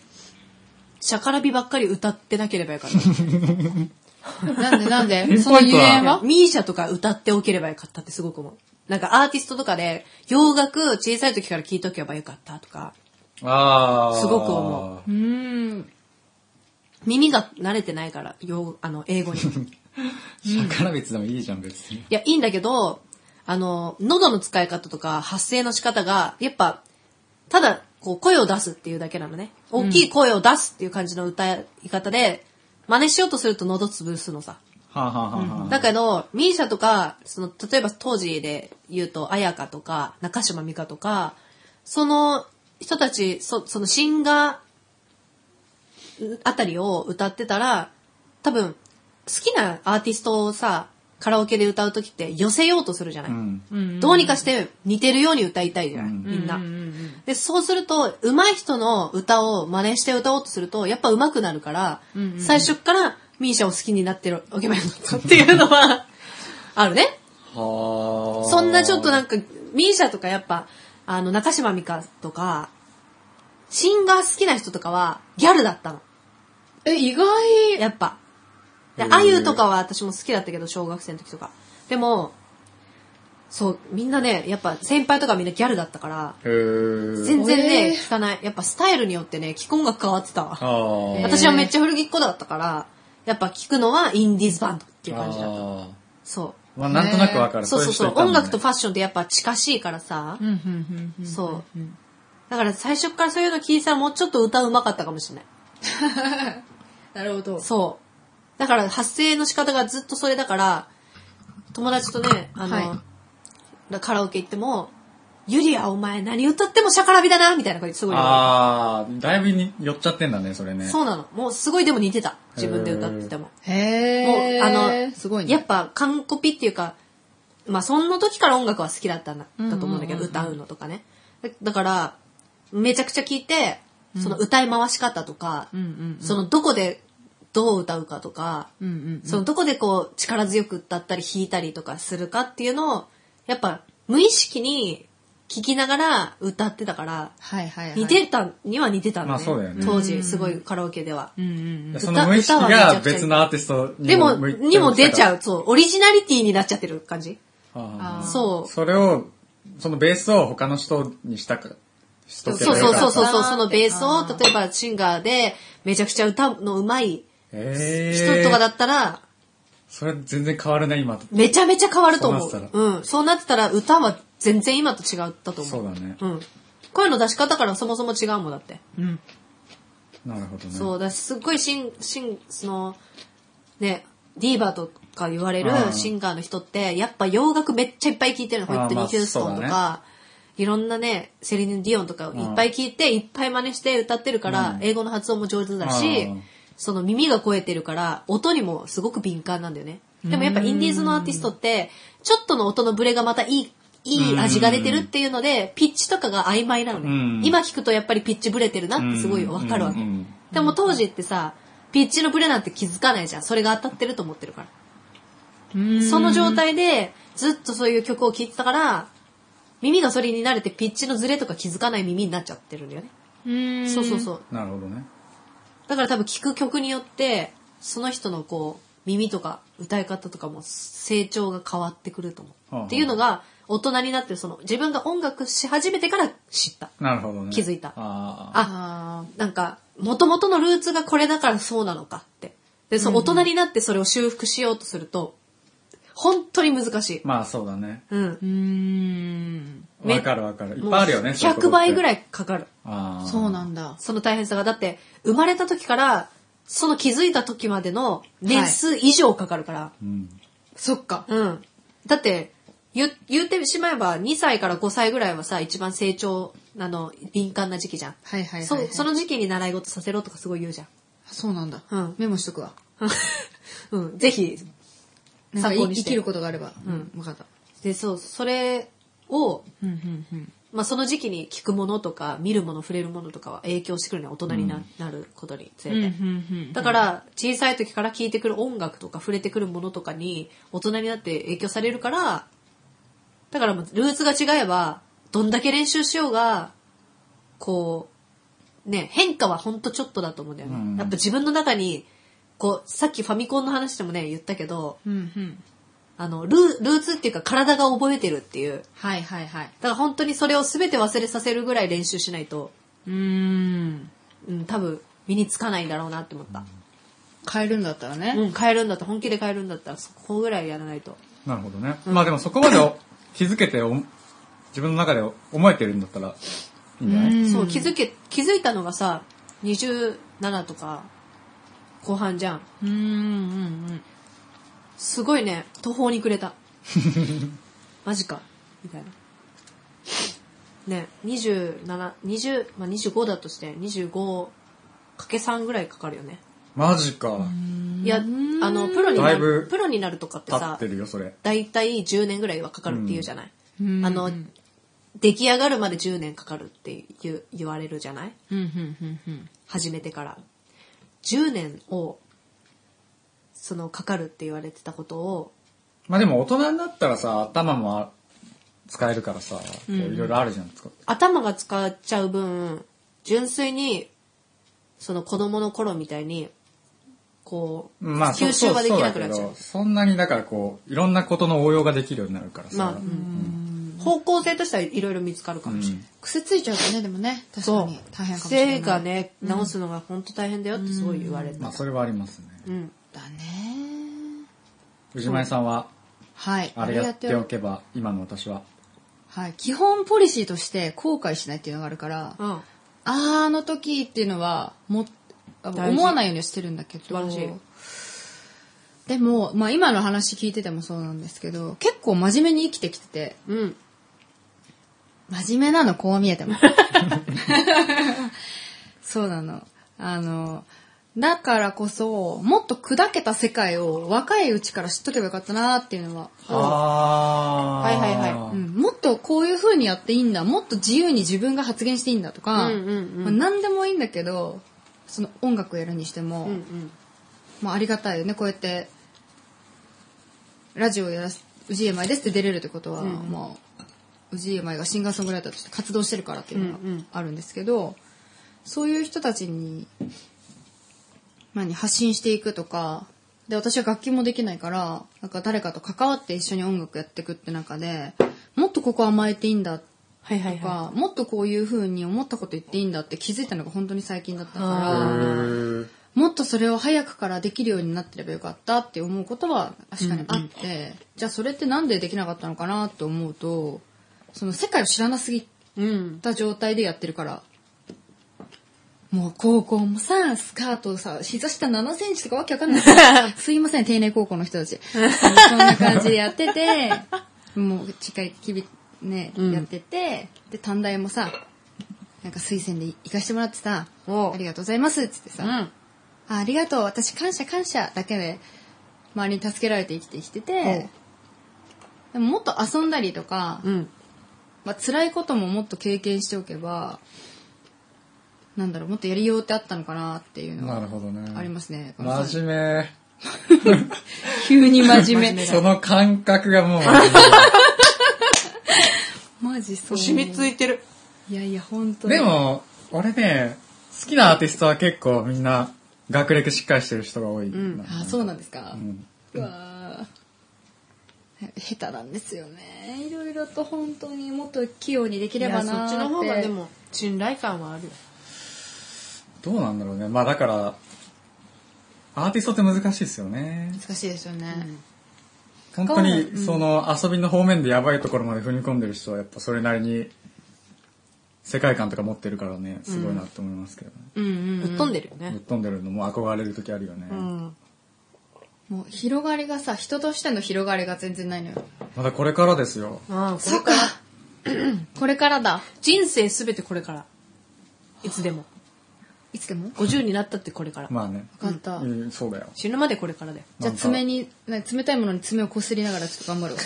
S1: シャカラビばっかり歌ってなければよかった。
S2: なんでなんで [laughs]
S3: ピン
S2: その
S3: ポイン
S2: ゆ
S3: トだ
S2: [laughs] えんは
S1: ミーシャとか歌っておければよかったってすごく思う。なんかアーティストとかで、洋楽小さい時から聴いとけばよかったとか、
S3: ああ。。
S1: すごく思
S2: うーん。
S1: 耳が慣れてないから、洋、あの、英語に。いう
S3: シャカラビッツでもいいじゃん、別に。
S1: や、いいんだけど、あの、喉の使い方とか発声の仕方が、やっぱ、ただ、こう、声を出すっていうだけなのね。大きい声を出すっていう感じの歌い方で、真似しようとすると喉潰すのさ。
S3: はあ、はあはあはあ、
S1: だけど、ミーシャとか、その、例えば当時で言うと、綾香とか、中島美嘉とか、その人たち、そそのシンガーあたりを歌ってたら、多分、好きなアーティストをさ、カラオケで歌うときって寄せようとするじゃない、
S3: うん。
S2: うん
S1: どうにかして似てるように歌いたいじゃない、
S3: うん
S1: みんな。
S2: うんうんうん
S1: で、そうすると、上手い人の歌を真似して歌おうとすると、やっぱ上手くなるから、
S2: うんうんうん
S1: 最初っからミーシャを好きになってるおけばよかったっていうの
S2: [laughs]
S1: は、あるね。
S3: はあ。
S1: そんなちょっとなん
S3: か、
S1: か、ミーシャとかやっぱ、あの、中島美嘉とか、シンガー好きな人とかは、ギャルだったの。
S2: え、意外。
S1: やっぱ。で、
S3: へー
S1: あゆとかは私も好きだったけど、小学生の時とか。でも、そう、みんなね、やっぱ先輩とかみんなギャルだったから、
S3: へー。
S1: 全然ね、
S2: えー
S1: 聞かない。やっぱスタイルによってね、聞く音楽変わってたわ。
S3: ああ。
S2: えー
S1: 私はめっちゃ古着っ子だったから、やっぱ聞くのはインディーズバンドっていう感じだった。
S3: あ
S1: そ
S3: ーまあ、なんとなくわか
S1: う。
S3: る。
S1: そうそうそう。
S3: い人いたも
S1: 音
S3: んね
S1: 楽とファッションってやっぱ近しいからさ
S2: う。んうんうんうん。。
S1: そううんだから最初からそういうの聞いてたらもうちょっと歌うまかったかもしれない。
S2: なるほど。
S1: そう。だから発声の仕方がずっとそれだから、友達とね、あの、
S2: は
S1: カラオケ行っても、ユリアお前何歌ってもシャカラビだなみたいな感じすごい言われる。
S3: ああ、だいぶに寄っちゃってんだね、それね。
S1: そうなの。もうすごいでも似てた。自分で歌ってても。
S2: へ
S1: もう
S2: え。、
S1: あの、
S2: すごいね。
S1: やっぱ、完コピっていうか、まあ、その時から音楽は好きだったんだ
S2: うんうんうんうん
S1: だと思うんだけど、歌うのとかね。だだから、めちゃくちゃ聞いて、その歌い回し方とか、
S2: うんうんうん
S1: そのどこでどう歌うかとか、
S2: うんうんうん。
S1: そのどこでこう力強く歌ったり弾いたりとかするかっていうのを、やっぱ無意識に聞きながら歌ってたから、
S2: はいはいはい。
S1: 似てたには似てたのね。
S3: まあそうだよね
S1: 当時、すごいカラオケでは。
S2: うんうんうん。
S3: その無意識が別のアーティスト
S1: でも、にも出ちゃ
S3: う。
S1: う。そう、オリジナリティになっちゃってる感じ。
S3: あ
S1: そ
S3: ー
S1: う。
S3: それを、そのベースを他の人にしたか、しとけ
S1: そ
S3: ば
S1: う
S3: よ
S1: そう
S3: かった
S1: そうそう
S2: そう
S1: そう、そのベースを、例えばシンガーで、めちゃくちゃ歌うの上手い
S3: えー
S1: 人とかだったら、
S3: それ全然変わるね、今と。
S1: めちゃめちゃ変わると思
S3: そうなっ
S1: う。
S3: てた
S1: うん。そうなってたら、歌は全然今と違ったと思う。
S3: そうだね
S1: うん。声の出し方からそもそも違うもんだって。
S2: うん。
S3: なるほどね。
S1: そうだし、すっごいシン、シン、その、ね、ディーバーとか言われる
S3: うん
S1: シンガーの人って、やっぱ洋楽めっちゃいっぱい聴いてるの。ホイットニ
S3: あーま
S1: ー・
S3: あ
S1: ヒューストンと
S3: そう
S1: か、いろんなね、セリーヌ・ディオンとかをいっぱい聴いて、いっぱい真似して歌ってるから、英語の発音も上手だし
S3: うん、
S1: その耳が肥えてるから、音にもすごく敏感なんだよね。でもやっぱインディーズのアーティストって、ちょっとの音のブレがまたいい、いい味が出てるっていうので、ピッチとかが曖昧なのね。
S3: うん
S1: 今聞くとやっぱりピッチブレてるなってすごいわかるわけ。
S3: うんうんうん
S1: でも当時ってさ、ピッチのブレなんて気づかないじゃん。それが当たってると思ってるから。
S2: うん
S1: その状態でずっとそういう曲を聴いてたから、耳がそれに慣れてピッチのズレとか気づかない耳になっちゃってるんだよね。
S2: うん。
S1: そうそうそう。
S3: なるほどね。
S1: だから多分聴く曲によって、その人のこう、耳とか歌い方とかも成長が変わってくると
S3: はあ
S1: 思
S3: は
S1: う。
S3: あ
S1: っていうのが、大人になってるその、自分が音楽し始めてから知った。
S3: なるほどね。
S1: 気づいた
S3: あ
S1: あ、
S2: あ
S1: なんか、元々のルーツがこれだからそうなのかって。で、そう、大人になってそれを修復しようとすると、本当に難しい
S3: あ。。まあそうだね。
S1: うん
S2: ー。う。ーん。
S1: め
S3: わかるわかる。いっぱいあるよね。そういうこと
S1: 100
S3: って
S1: 倍ぐら。いかかる。
S3: ああ。
S2: そうなんだ。
S1: その大変さが。だって、生まれた時から、その気づいた時までの年数以上かかるから。
S3: うん。
S2: そっか。
S1: うん。だって、言う、言ってしまえば、2歳から5歳ぐらいはさ、一番成長、あの、敏感な時期じゃん。
S2: はいはいはい、はい。
S1: そその時期に習い事させろとかすごい言うじゃん。
S2: そうなんだ。
S1: うん
S2: メモしとくわ。
S1: うん。ぜひ、
S2: なんか
S1: 参考に
S2: い
S1: し
S2: 生
S1: て
S2: きることがあれば。うん。わかった。
S1: で、そう、それを、
S2: うんうんうん。
S1: まあ、その時期に聞くものとか、見るもの、触れるものとかは影響してくるね、大人にな,、なることにつれ
S2: うんうん
S1: て。
S2: うん。
S1: だから、小さい時から聴いてくる音楽とか、触れてくるものとかに、大人になって影響されるから、だからもう、ルーツが違えば、どんだけ練習しようが、こう、ね、変化はほんとちょっとだと思うんだよね。
S3: うん
S1: やっぱ自分の中に、こう、さっきファミコンの話でもね、言ったけど、
S2: うんうん。
S1: あの、ルールーツっていうか、体が覚えてるっていう。
S2: はいはいはい。
S1: だから本当にそれを全て忘れさせるぐらい練習しないと、
S2: うーん。
S1: うん、多分身につかないんだろうなって思った。
S2: 変えるんだったらね。
S1: うん、変えるんだったら、本気で変えるんだったら、そこぐらいやらないと。
S3: なるほどね。まあでもそこまでお気づけてお、自分の中で思えてるんだったら、いいんじゃない
S1: そう、気づけ、気づいたのがさ、27とか、後半じゃん。
S2: うんうんうん。
S1: すごいね、途方に暮れ
S3: [laughs]
S1: た。マジか。みたいな。ね、27、20、まあ、25だとして、25かけ3ぐらいかかるよね。
S3: マジか。
S1: いや、あの、プロにな
S3: だいぶ
S1: る、プロになるとかって
S3: 立
S1: さ
S3: っ、てるよ、それ。
S1: だいたい10年ぐらいはかかるっていうじゃない、
S2: うん
S1: あの、出来上がるまで10年かかるって言う言われるじゃない
S2: うんうんうんうん。
S1: 始めてから。10年を、その、かかるって言われてたことを、
S3: まあでも大人になったらさ、頭もあ使えるからさ、こういろいろあるじゃん。使う
S1: 頭が使っちゃう分、純粋に、その子供の頃みたいに、こう、
S3: まあ、そう
S1: 吸収ができ
S3: そう
S1: な
S3: だ
S1: く
S3: け
S1: なっちゃう。
S3: ど、そんなにだからこう、いろんなことの応用ができるようになるからさ。
S1: まあ、うん方向性としてはいろいろ見つかるかもしれない。
S2: 癖ついちゃうとね、でもね、確
S1: そ
S2: か
S1: う
S2: に大変かもしれない。
S1: 癖が。ね、直すのが本当大変だよってすごい言われた。
S3: まあそれはありますね。
S1: うん。
S2: だね。
S3: 藤前さんは、
S2: はい。
S3: あれやっておけば、今の私は。
S2: はい。基本ポリシーとして後悔しないっていうのがあるから、
S1: うん。
S2: あの時っていうのはも
S1: 事
S2: 思わないようにはしてるんだけど
S1: 素晴らしい
S2: でも、まあ、今の話聞いててもそうなんですけど結構真面目に生きてきてて
S1: うん。
S2: 真面目なのこう見えても
S1: [laughs]
S2: そうなのあのだからこそもっと砕けた世界を若いうちから知っとけばよかったなっていうのは
S3: あ
S1: はいはいは
S2: うん、もっとこういう風にやっていいんだもっと自由に自分が発言していいんだとか、
S1: うんうんうん
S2: まあ何でもいいんだけどその音楽をやるにしても、
S1: うんうん。
S2: まあ、ありがたいよねこうやってラジオやらす「うじえまいです」って出れるってことは、
S1: うん
S2: もう氏家舞がシンガーソングライターとして活動してるからっていうのが
S1: うんうん
S2: あるんですけど、そういう人たちにまあに発信していくとかで私は楽器もできないからなんか誰かと関わって一緒に音楽やっていくって中でもっとここ甘えていいんだ
S1: はいは
S2: とか、もっとこういう風に思ったこと言っていいんだって気づいたのが本当に最近だったから。
S1: あー
S3: ー
S2: もっとそれを早くからできるようになってればよかったって思うことは確かにあって、じゃあそれってなんでできなかったのかなと思うとその世界を知らなすぎ
S1: うん。
S2: た状態でやってるからもう高校もさスカートをさ膝下7センチとかわけわかんない
S1: [laughs]
S2: すいません定年高校の人たちそんな感じでやっててもうしっかりきびね、
S1: うん
S2: やっててで短大もさなんか推薦で行かしてもらってさ
S1: おう
S2: ありがとうございますっつってさ、
S1: うん。
S2: あありがとう、私感謝感謝だけで、周りに助けられて生きてきてて、でももっと遊んだりとか、
S1: うん。
S2: まあ、辛いことももっと経験しておけば、なんだろう、もっとやりようってあったのかなっていうの
S3: なる
S2: は
S3: ほどね。
S2: ありますね。この際
S3: 真面
S2: 急に真面
S3: 目。
S2: 目。
S3: [laughs] その感覚がもう、
S2: [laughs] マジそう。
S1: 染みついてる。
S2: いやいや、本当に。
S3: で、も、俺ね、好きなアーティストは結構みんな学歴しっかりしてる人が多いな。
S1: ん
S2: あ、そうなんですか
S3: う。ん
S2: うわー下手なんですよね。いろいろと本当にもっと器用にできれば
S1: いやそ
S2: なー
S1: っ
S2: っ
S1: ち
S2: て。
S1: の方がでも、信頼感はあるよ。
S3: どうなんだろうね。まあだから、アーティストって難しいですよね。
S2: 難しいですよね。
S3: 本当にその遊びの方面でやばいところまで踏み込んでる人はやっぱそれなりに世界観とか持ってるからね、すごいなって思いますけどね。
S2: うんうん
S1: ぶっ飛んでるよね
S3: ぶっ。飛んでるのも憧れる時あるよね。
S1: うん。
S2: もう広がりがさ、人としての広がりが全然ないのよ。
S3: まだこれからですよ。
S1: ああ、こ
S2: そ
S1: れ
S2: っ
S1: か。
S2: からこれからだ。
S1: 人生すべてこれから。いつでも。
S2: いつでも
S1: 50になったってこれから。
S3: まあね。
S2: 分かった。
S3: うんそうだよ。
S1: 死ぬまでこれからだよ。
S2: じゃあ
S3: なんか
S2: 爪に、な冷たいものに爪をこすりながらちょっと頑張 [laughs] ろう。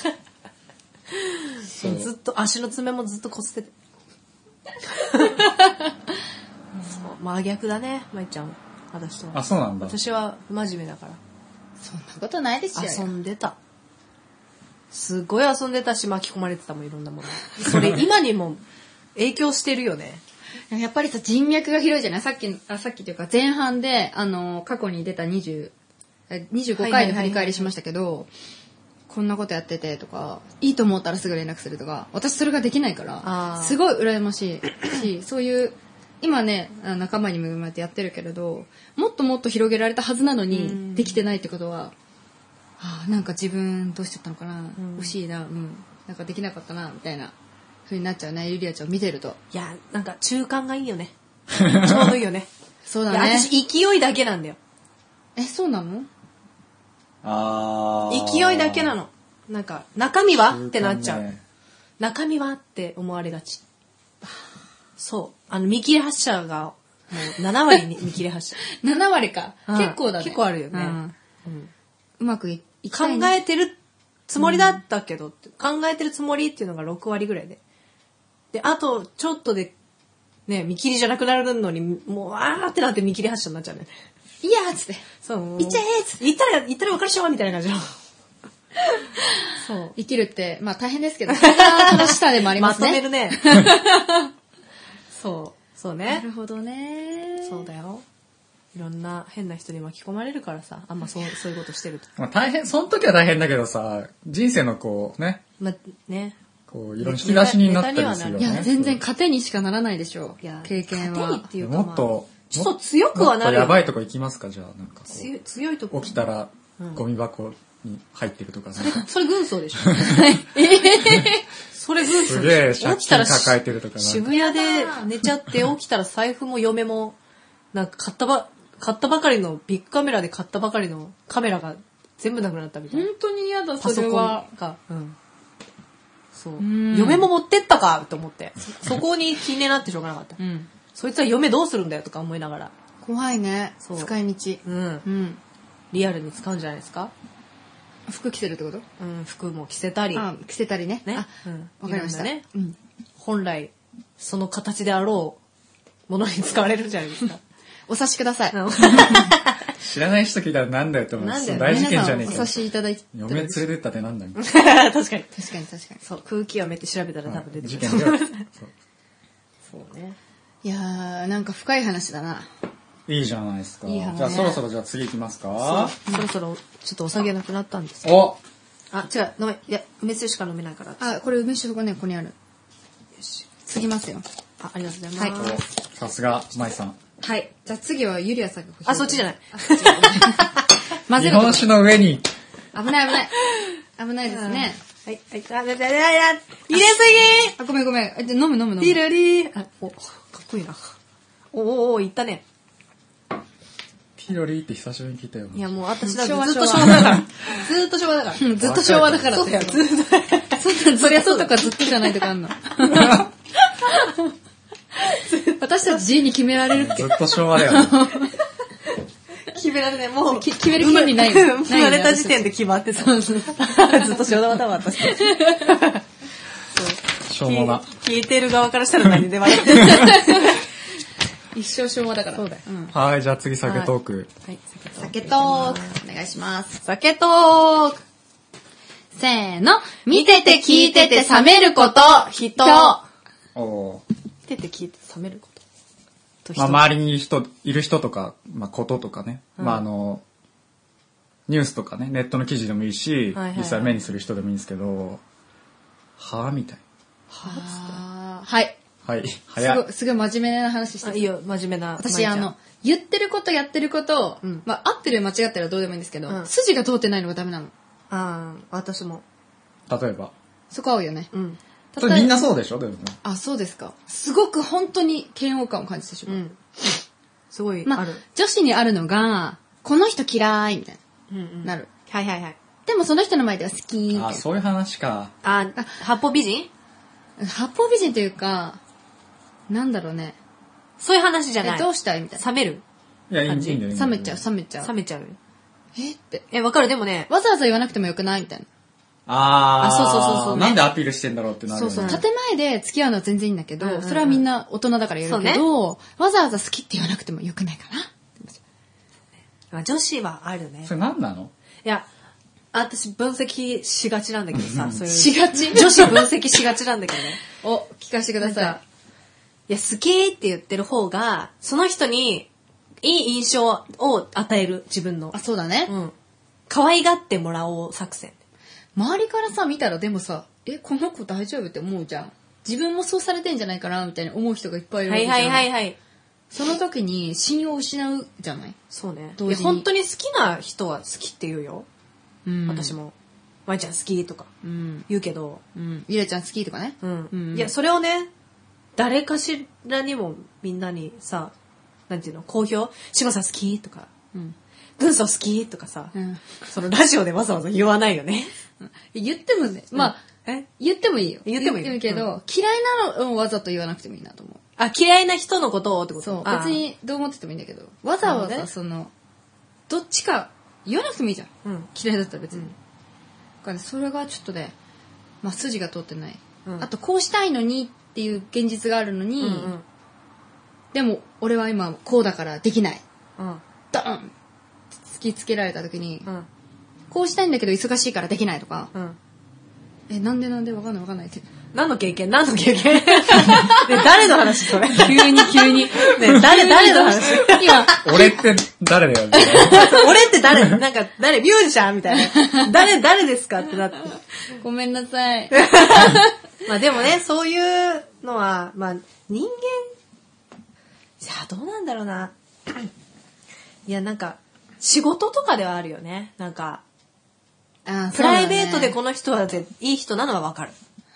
S3: そう
S1: ずっと、足の爪もずっとこすってて。そう真逆だね、舞ちゃん。私とは。
S3: あ、そうなんだ。
S1: 私は不真面目だから。
S2: そんなことないです
S1: 遊
S2: よ。
S1: んでた。すごい遊んでたし巻き込まれてたもんいろんなもの。 [laughs] それ今にも影響してるよね。
S2: やっぱりさ、人脈が広いじゃないさっき、あさっきというか前半で、あの、過去に出た20、え25回の振り返りしましたけど、こんなことやっててとか、いいと思ったらすぐ連絡するとか、私それができないか
S1: あ
S2: ら
S1: ー、
S2: すごい羨ましいし、そういう、今ね、あ仲間に恵まれてやってるけれど、もっともっと広げられたはずなの
S1: うん
S2: に、できてないってことは、あーなんか自分どうしちゃったのかな、
S1: うん
S2: 惜しいな、うん、なんかできなかったな、みたいな、風になっちゃうね、ゆりあちゃんを見てると。
S1: いや、なんか中間がいいよ [laughs] ね。ちょうどいいよね。
S2: そう
S1: い
S2: だ
S1: や、
S2: ね。
S1: 私勢いだけなんだよ。
S2: え、そうなの
S3: あー
S1: 勢いだけなの。なんか、中身はってなっちゃ
S3: 中間
S1: う
S3: ね。
S1: 中身はって思われがち。そう。あの、見切れ発車が、もう7割に見切れ発車。
S2: 7割か。
S1: うん
S2: 結構だね。
S1: 結構あるよね
S2: うん
S1: うん
S2: うまくいいき
S1: 考
S2: たいね
S1: えてるつもりだったけどって、考えてるつもりっていうのが6割ぐらいで。で、あと、ちょっとで、ね、見切りじゃなくなるのに、もう、わーってなって見切り発車になっちゃうね。
S2: いやーっつって。
S1: そう。もう
S2: 行っちゃえーっつ
S1: 行ったら、行ったら分かるっしょみたいな感じ
S2: [laughs]
S1: の。そう。
S2: 生きるって、まあ大変ですけど、それが楽しさでもありま
S1: ますとめ
S2: ね。
S1: る
S2: [laughs]
S1: ね。そう。そう
S2: な
S1: ね
S2: る。ほどね。
S1: そうだよ。いろんな変な人に巻き込まれるからさ、あんまそう、そういうことしてると。
S3: まあ大変、その時は大変だけどさ、人生のこうね、
S1: ま、ね。
S3: こういろんな引き出しになったりするよ
S2: い
S3: ね。
S2: や、全然糧にしかならないでしょ
S1: いや
S2: う。経験
S1: 糧に
S2: は
S1: っ。ていうか、
S3: もっ
S1: まあ
S3: と、
S1: ちょっと強くはなる
S3: もっとや
S1: よね
S3: ばいとこ行きますか、じゃあ。なんかこ
S1: 強い強いとこ
S3: う、起きたらゴミ箱に入ってるとかなんか
S1: それ軍曹でしょ
S3: [laughs]
S1: それ軍曹
S3: すげえ
S1: でしょ
S3: 借金抱えてるとかなんか。
S1: 渋谷で寝ちゃって起きたら財布も嫁も、なんか買ったば、買ったばかりの、ビッグカメラで買ったばかりのカメラが全部なくなったみたいな。
S2: 当に嫌だ
S1: パソコン。が。うん。そう。
S2: ん
S1: 嫁も持ってったかと思って。そこに気になってしょうがなかった
S2: う。ん。
S1: そいつは嫁どうするんだよとか思いながら。
S2: 怖いね。
S1: そう
S2: 使い道。
S1: うん。
S2: うん。
S1: リアルに使うんじゃないですか
S2: 服着せるってこと
S1: うん。服も着せたり。
S2: あ、着せたりね。
S1: ね
S2: あ
S1: うん
S2: わかりまし
S1: いろ
S2: た。
S1: んなね
S2: うん。
S1: 本来その [laughs] 形であろうものに使われるじゃないですか。 [laughs]
S2: お察しください。
S3: 知らない人聞いたらなんだよって思う。
S1: なんだよね
S3: 大事件じゃねえ
S2: お
S3: か
S2: 察
S3: よ。
S2: しいただいてる
S3: 嫁連れてったってなんだよ。
S1: 確かに。
S2: 確かに確かに。
S1: そう、空気をめって調べたら多分出て
S3: 事
S1: くる [laughs]
S3: 件。じゃん。そう
S1: そうね。
S2: いやー、なんか深い話だな。
S3: いいじゃないですか。
S2: いい話ね
S3: じゃあそろそろじゃあ次行きますか。
S1: そろそろ、ちょっとお酒なくなったんですよ。
S3: お
S1: あ、違う、飲め、いや、梅酒しか飲めないから。あ、
S2: あ、これ梅酒がね、ここにある。次ますよ。
S1: ありがとうございます。
S3: おさすが、舞さん。
S2: はい。じゃあ次はゆりやさんがこ。
S1: あ、そっちじゃないい。
S2: [laughs] 混ぜ
S3: 日
S2: る
S3: 本
S2: と
S3: 酒の上に、
S2: 危ない危ない。危ないですね。
S1: はい、はい、あ、だだだだ入れす
S2: あ、ごめんごめん。あじゃあ飲む飲む飲む。
S1: ぎーるりー。あ、お、かっこいいな。おおおいったね。
S3: ピロリって久しぶりに聞いたよ。
S1: いや、もう私だ
S2: 昭和
S1: ずっと
S2: 昭
S1: 昭
S2: 和
S1: 和だから。 [laughs] ずーっと昭和だから。
S2: うんずっと昭和だから
S1: [laughs] そうだよ、ずーっと。
S2: そうだ、そりゃそうとかずっとじゃないとかあんの。 [laughs] 私たち自由に決められる。
S3: ずっと昭和だ
S1: [laughs]
S3: よね。
S1: 決められない。もう、
S2: き決める権
S1: [laughs]
S2: 利ない
S1: 生
S2: よ
S1: ま生まれた時点で決まってた。ずっと昭和だわ、私。
S3: しょうもな。
S1: 聞いてる側からしたら何でもある。
S2: 一生昭和だから。
S1: そうだよ
S2: ん。
S3: はい、じゃあ次酒トーク。
S1: はい、酒と。
S2: 酒トーク、お願いします。
S1: 酒トーク
S2: せーの。見てて聞いてて冷めること、人。
S3: お
S1: 見てて聞いて冷めること。と
S3: まあ
S1: 人
S3: 周りに人、いる人とか、まあこととかね。まああの、ニュースとかね、ネットの記事でもいいし
S1: はいはいは、い
S3: 実際目にする人でもいいんですけど、はぁみたい
S2: あーはい。
S3: な。はい、
S2: す
S3: 早い
S2: ごい、。すごい真面目な話して
S1: あ
S2: る
S1: いいよ、真面目な。
S2: 私、あの、言ってることやってることを、
S1: うん
S2: まあ、合ってる間違ってるはどうでもいいんですけど、
S1: うん
S2: 筋が通ってないのがダメなの。
S1: あー私も。
S3: 例えば。
S2: そこは合うよね。
S1: うん。
S3: それみんなそうでしょでもね。
S2: あ、そうですか。すごく本当に嫌悪感を感じてし
S1: う
S2: まう。
S1: ん。すごい、
S2: ま
S1: あ
S2: あ
S1: る。、
S2: 女子にあるのが、この人嫌い、みたい
S1: うんう
S2: な。
S1: ん
S2: なる。
S1: はいはいはい。
S2: でもその人の前では好き、みたいな
S3: あ、。そういう話か。
S1: あ、八方美人
S2: 八方美人というか、なんだろうね。
S1: そういう話じゃな
S2: え、
S1: い。
S2: どうしたいみたいな。
S1: 冷める
S3: いや、いい
S1: 感
S3: んだ
S1: じ
S3: よいいんだよ。
S2: 冷めちゃう、冷めちゃ
S1: 冷
S2: う。
S1: めちゃう
S2: えって。
S1: え、わかるでもね、
S2: わざわざ言わなくてもよくないみたいな。
S3: あー。
S1: あそうそうそうそうね
S3: なんでアピールしてんだろうってなるよね。
S1: そうそう
S2: 建前で付き合うのは全然いいんだけ
S1: うんうんう
S2: ど、
S1: ん
S2: それはみんな大人だから言うけど、わざわざ好きって言わなくてもよくないかな。
S1: まあ女子はあるね
S3: そ。れ何なの
S1: いや、私分析しがちなんだけどさ、そういう。
S2: しがち
S1: 女子分析しがちなんだけどね。
S2: お、聞かせてくだ
S1: なん
S2: さ
S1: かいや、好きって言ってる方が、その人にいい印象を与える、自分の
S2: い。あ、。そうだね。
S1: うん。可愛がってもらおう作戦。
S2: 周りからさ、見たらでもさ、え、この子大丈夫って思うじゃん。自分もそうされてんじゃないかな、みたいに思う人がいっぱいいるわ
S1: は
S2: け
S1: い
S2: じゃん。
S1: はいはいはい。
S2: その時に信用を失うじゃない
S1: そうね。い
S2: 同
S1: や、
S2: 時に
S1: 本当に好きな人は好きって言うよ。
S2: うん
S1: 私。も。まいちゃん好きとか
S2: うん。
S1: 言うけど。
S2: うん。ゆらちゃん好きとかね。
S1: うん。
S2: うん
S1: いや、それをね、誰かしらにもみんなにさ、なんていうの、好評柴さん好きとか、
S2: うん。
S1: 軍曹好きとかさ、
S2: うん。
S1: そのラジオでわざわざ言わないよね。
S2: 言ってもね、まあ、
S1: え
S2: 言ってもいいよ。
S1: 言ってもいい
S2: 言けど、嫌いなのをわざと言わなくてもいいなと思う。
S1: あ、嫌いな人のことをってこと
S2: そう。
S1: あ
S2: 別にどう思っててもいいんだけど、わざ
S1: なる
S2: わ
S1: ほど
S2: ざ
S1: ね
S2: その、どっちか言わなくてもいいじゃん。
S1: うん。
S2: 嫌いだったら別に。
S1: うん
S2: だからねそれがちょっとね、まあ筋が通ってない。
S1: うん
S2: あと、こうしたいのにっていう現実があるのに、
S1: うんうん。
S2: でも俺は今こうだからできない。
S1: うん。
S2: ドーンって突きつけられた時に、
S1: うん。
S2: こうしたいんだけど忙しいからできないとか、
S1: うん。
S2: え、なんでなんでわかんないわかんないって。
S1: 何の経験何の経験 [laughs] ね誰の話 [laughs] それ急に急に。ね誰、誰の [laughs]
S2: [laughs]
S1: 話
S2: 今、
S3: 俺って誰だよ。
S1: 俺って誰なんか、誰ミュージシャンみたいな。誰、誰ですかってなって。
S2: ごめんなさい。
S1: まあでもね、そういうのは、まあ人間、じゃあどうなんだろうな。いやなんか、仕事とかではあるよね。なんか、
S2: あ
S1: プライベートで
S2: こ
S1: この人はぜいい人なのはわかる。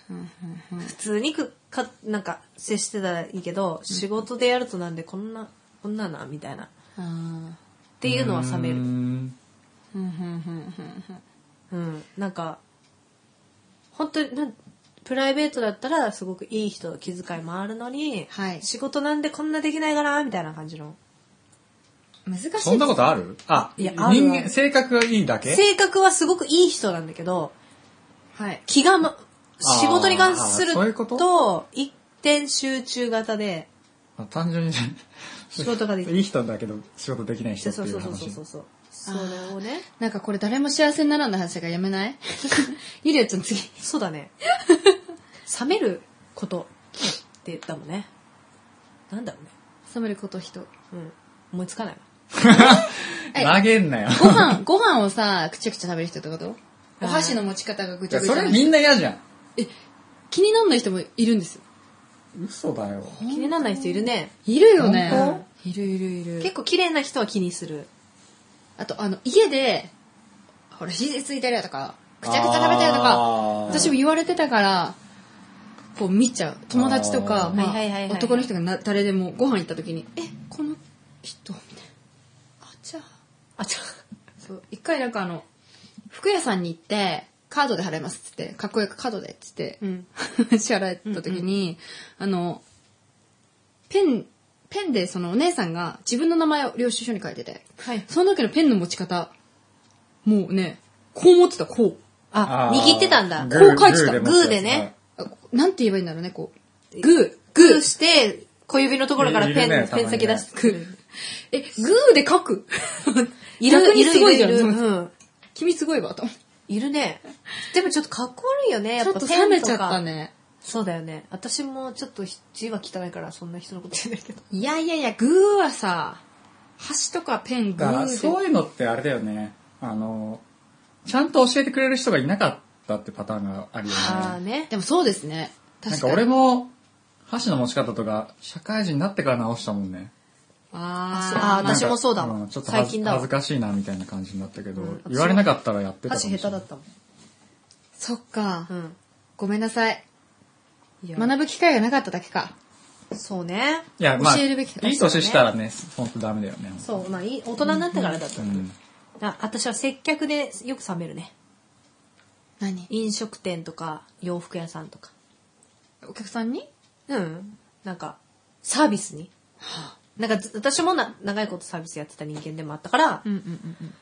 S2: うんうんうん
S1: 普通にくか、なんか、接してたらいいけど、仕事でやるとなんでこんな、こんなな、みたいな。っ
S2: あ
S1: ていうのは冷め
S3: うー
S1: る。
S3: ん
S2: ーうんうんうんうん
S1: うん。なんか、本当になん、プライベートだったらすごくいい人、気遣いもあるのに、
S2: はい
S1: 仕事なんでこんなできないかな、みたいな感じの。
S2: うん難しい。
S3: そんなことあるあ、
S1: いや
S3: 人
S1: あるある
S3: 間、性格がいいだけ
S1: 性格はすごくいい人なんだけど、
S2: はい。
S1: 気がま、
S3: あー
S1: 仕事に関する
S3: そういうこと
S1: と、一点集中型で、
S3: あ単純にね、
S1: 仕事ができる
S3: いい人だけど仕事できない人
S1: そう
S3: って
S1: そう
S3: いう
S1: そう
S3: 話。
S1: そうそうそれをね
S2: なんかこれ誰も幸せにならない話がやめない [laughs] ゆりやちゃん次。
S1: そうだね冷めることって言ったもんねなんだろうね
S2: 冷めること人。
S1: うん思いつかないわ
S2: は
S3: 投げ
S1: [laughs]
S3: んなよ。
S2: ご飯、 [laughs] ご飯をさ、くちゃくちゃ食べる人ってことお箸の持ち方がぐ
S3: い
S2: ちゃ
S3: や
S2: ぐちゃ
S3: そ
S2: な
S3: れ
S2: 人。
S3: みんな嫌じゃん。
S2: 気になんない人もいるんですよ。
S3: 嘘だよ。
S1: 気にならない人いるね
S2: いるよね
S3: 本。
S2: いるいるいる。
S1: 結構綺麗な人は気にする
S2: あと、あの、家で、ほら、肘ついてるよとか、くちゃくちゃ食べたよとか、
S3: あー
S2: 私も言われてたから、こう見ちゃう。友達とか
S3: あ、ー
S2: まあ
S1: はいはいはいはい
S2: 男の人がな誰でもご飯行った時に、え、この人みたいな。あ、じゃあ。
S1: あちょ
S2: そう一回なんかあの、服屋さんに行って、カードで払いますっつって、かっこよくカードでっつって、
S1: うん
S2: 支払った時に、あの、ペン、ペンでそのお姉さんが自分の名前を領収書に書いてて、
S1: はい
S2: その時のペンの持ち方、もうね、こう持ってた、こう。
S1: あ
S3: あー
S1: 握ってたんだ
S3: グ
S2: ーこう書いてた
S3: 持つやつ
S1: グーでね
S2: あこなんて言えばいいんだろうね、こう。グ
S1: グ
S2: ー
S1: ー、グーして、小指のところからペン、
S3: いるねたま
S1: ペ
S3: に
S1: ン
S3: ね
S1: 先出してく
S2: グ
S1: る
S2: ー。。え、グーで書く [laughs]
S1: いる、
S2: 逆
S1: い
S2: に
S1: る、
S2: す
S1: い
S2: ご
S1: る、
S2: い
S1: い
S2: じゃん
S1: る。
S2: と思って
S1: うん
S2: 君すごいわ、と思って。
S1: いるね。でもちょっとかっこ悪いよね。や
S2: ち
S1: っ
S2: ょっ
S1: ぱ
S2: と
S1: ペ
S2: 冷
S1: ン
S2: め
S1: と
S2: ちゃった
S1: か。
S2: ね。
S1: そうだよね。私もちょっと字は汚いから、そんな人のこと言えないけど。
S2: いやいやいや、グーはさ、箸とかペン、グ
S3: だから
S2: ー
S3: そう
S2: で。
S3: いうのってあれだよね。あの、ちゃんと教えてくれる人がいなかったってパターンが [laughs] あるよ
S1: ああ
S3: ね。
S1: ね。
S2: でもそうですね。
S3: なん
S2: 確か
S3: か
S2: に。
S3: 俺も、箸の持ち方とか、社会人になってから直したもんね。
S2: あ
S1: あ
S2: ー
S1: ー私もそうだわ
S3: んちょっと
S1: 最
S3: 恥
S1: 近
S3: ず
S1: だわ
S3: 恥ずかしいなみたいな感じになったけど、
S1: うん私も
S3: 言われなかったらやってたかもし
S1: 箸
S3: れ
S1: 下
S3: な
S1: 手
S3: い。
S1: だったもん。
S2: そっか
S1: う。ん。
S2: ごめんなさい。
S1: いや
S2: 学ぶ機会がなかっただけか。
S1: そうね。
S3: いや、まあ、
S2: 教える
S3: い
S2: べきだね
S3: い年したらね、ほんとダメだよね。
S1: そう、まあいい、大人になってからだったけど
S3: うん。
S1: あ私は接客でよく冷めるね。
S2: 何
S1: 飲食店とか、洋服屋さんとか。
S2: お客さんに
S1: うん。なんか、サービスに。なんかず、私もな長いことサービスやってた人間でもあったから、
S2: うんうんうん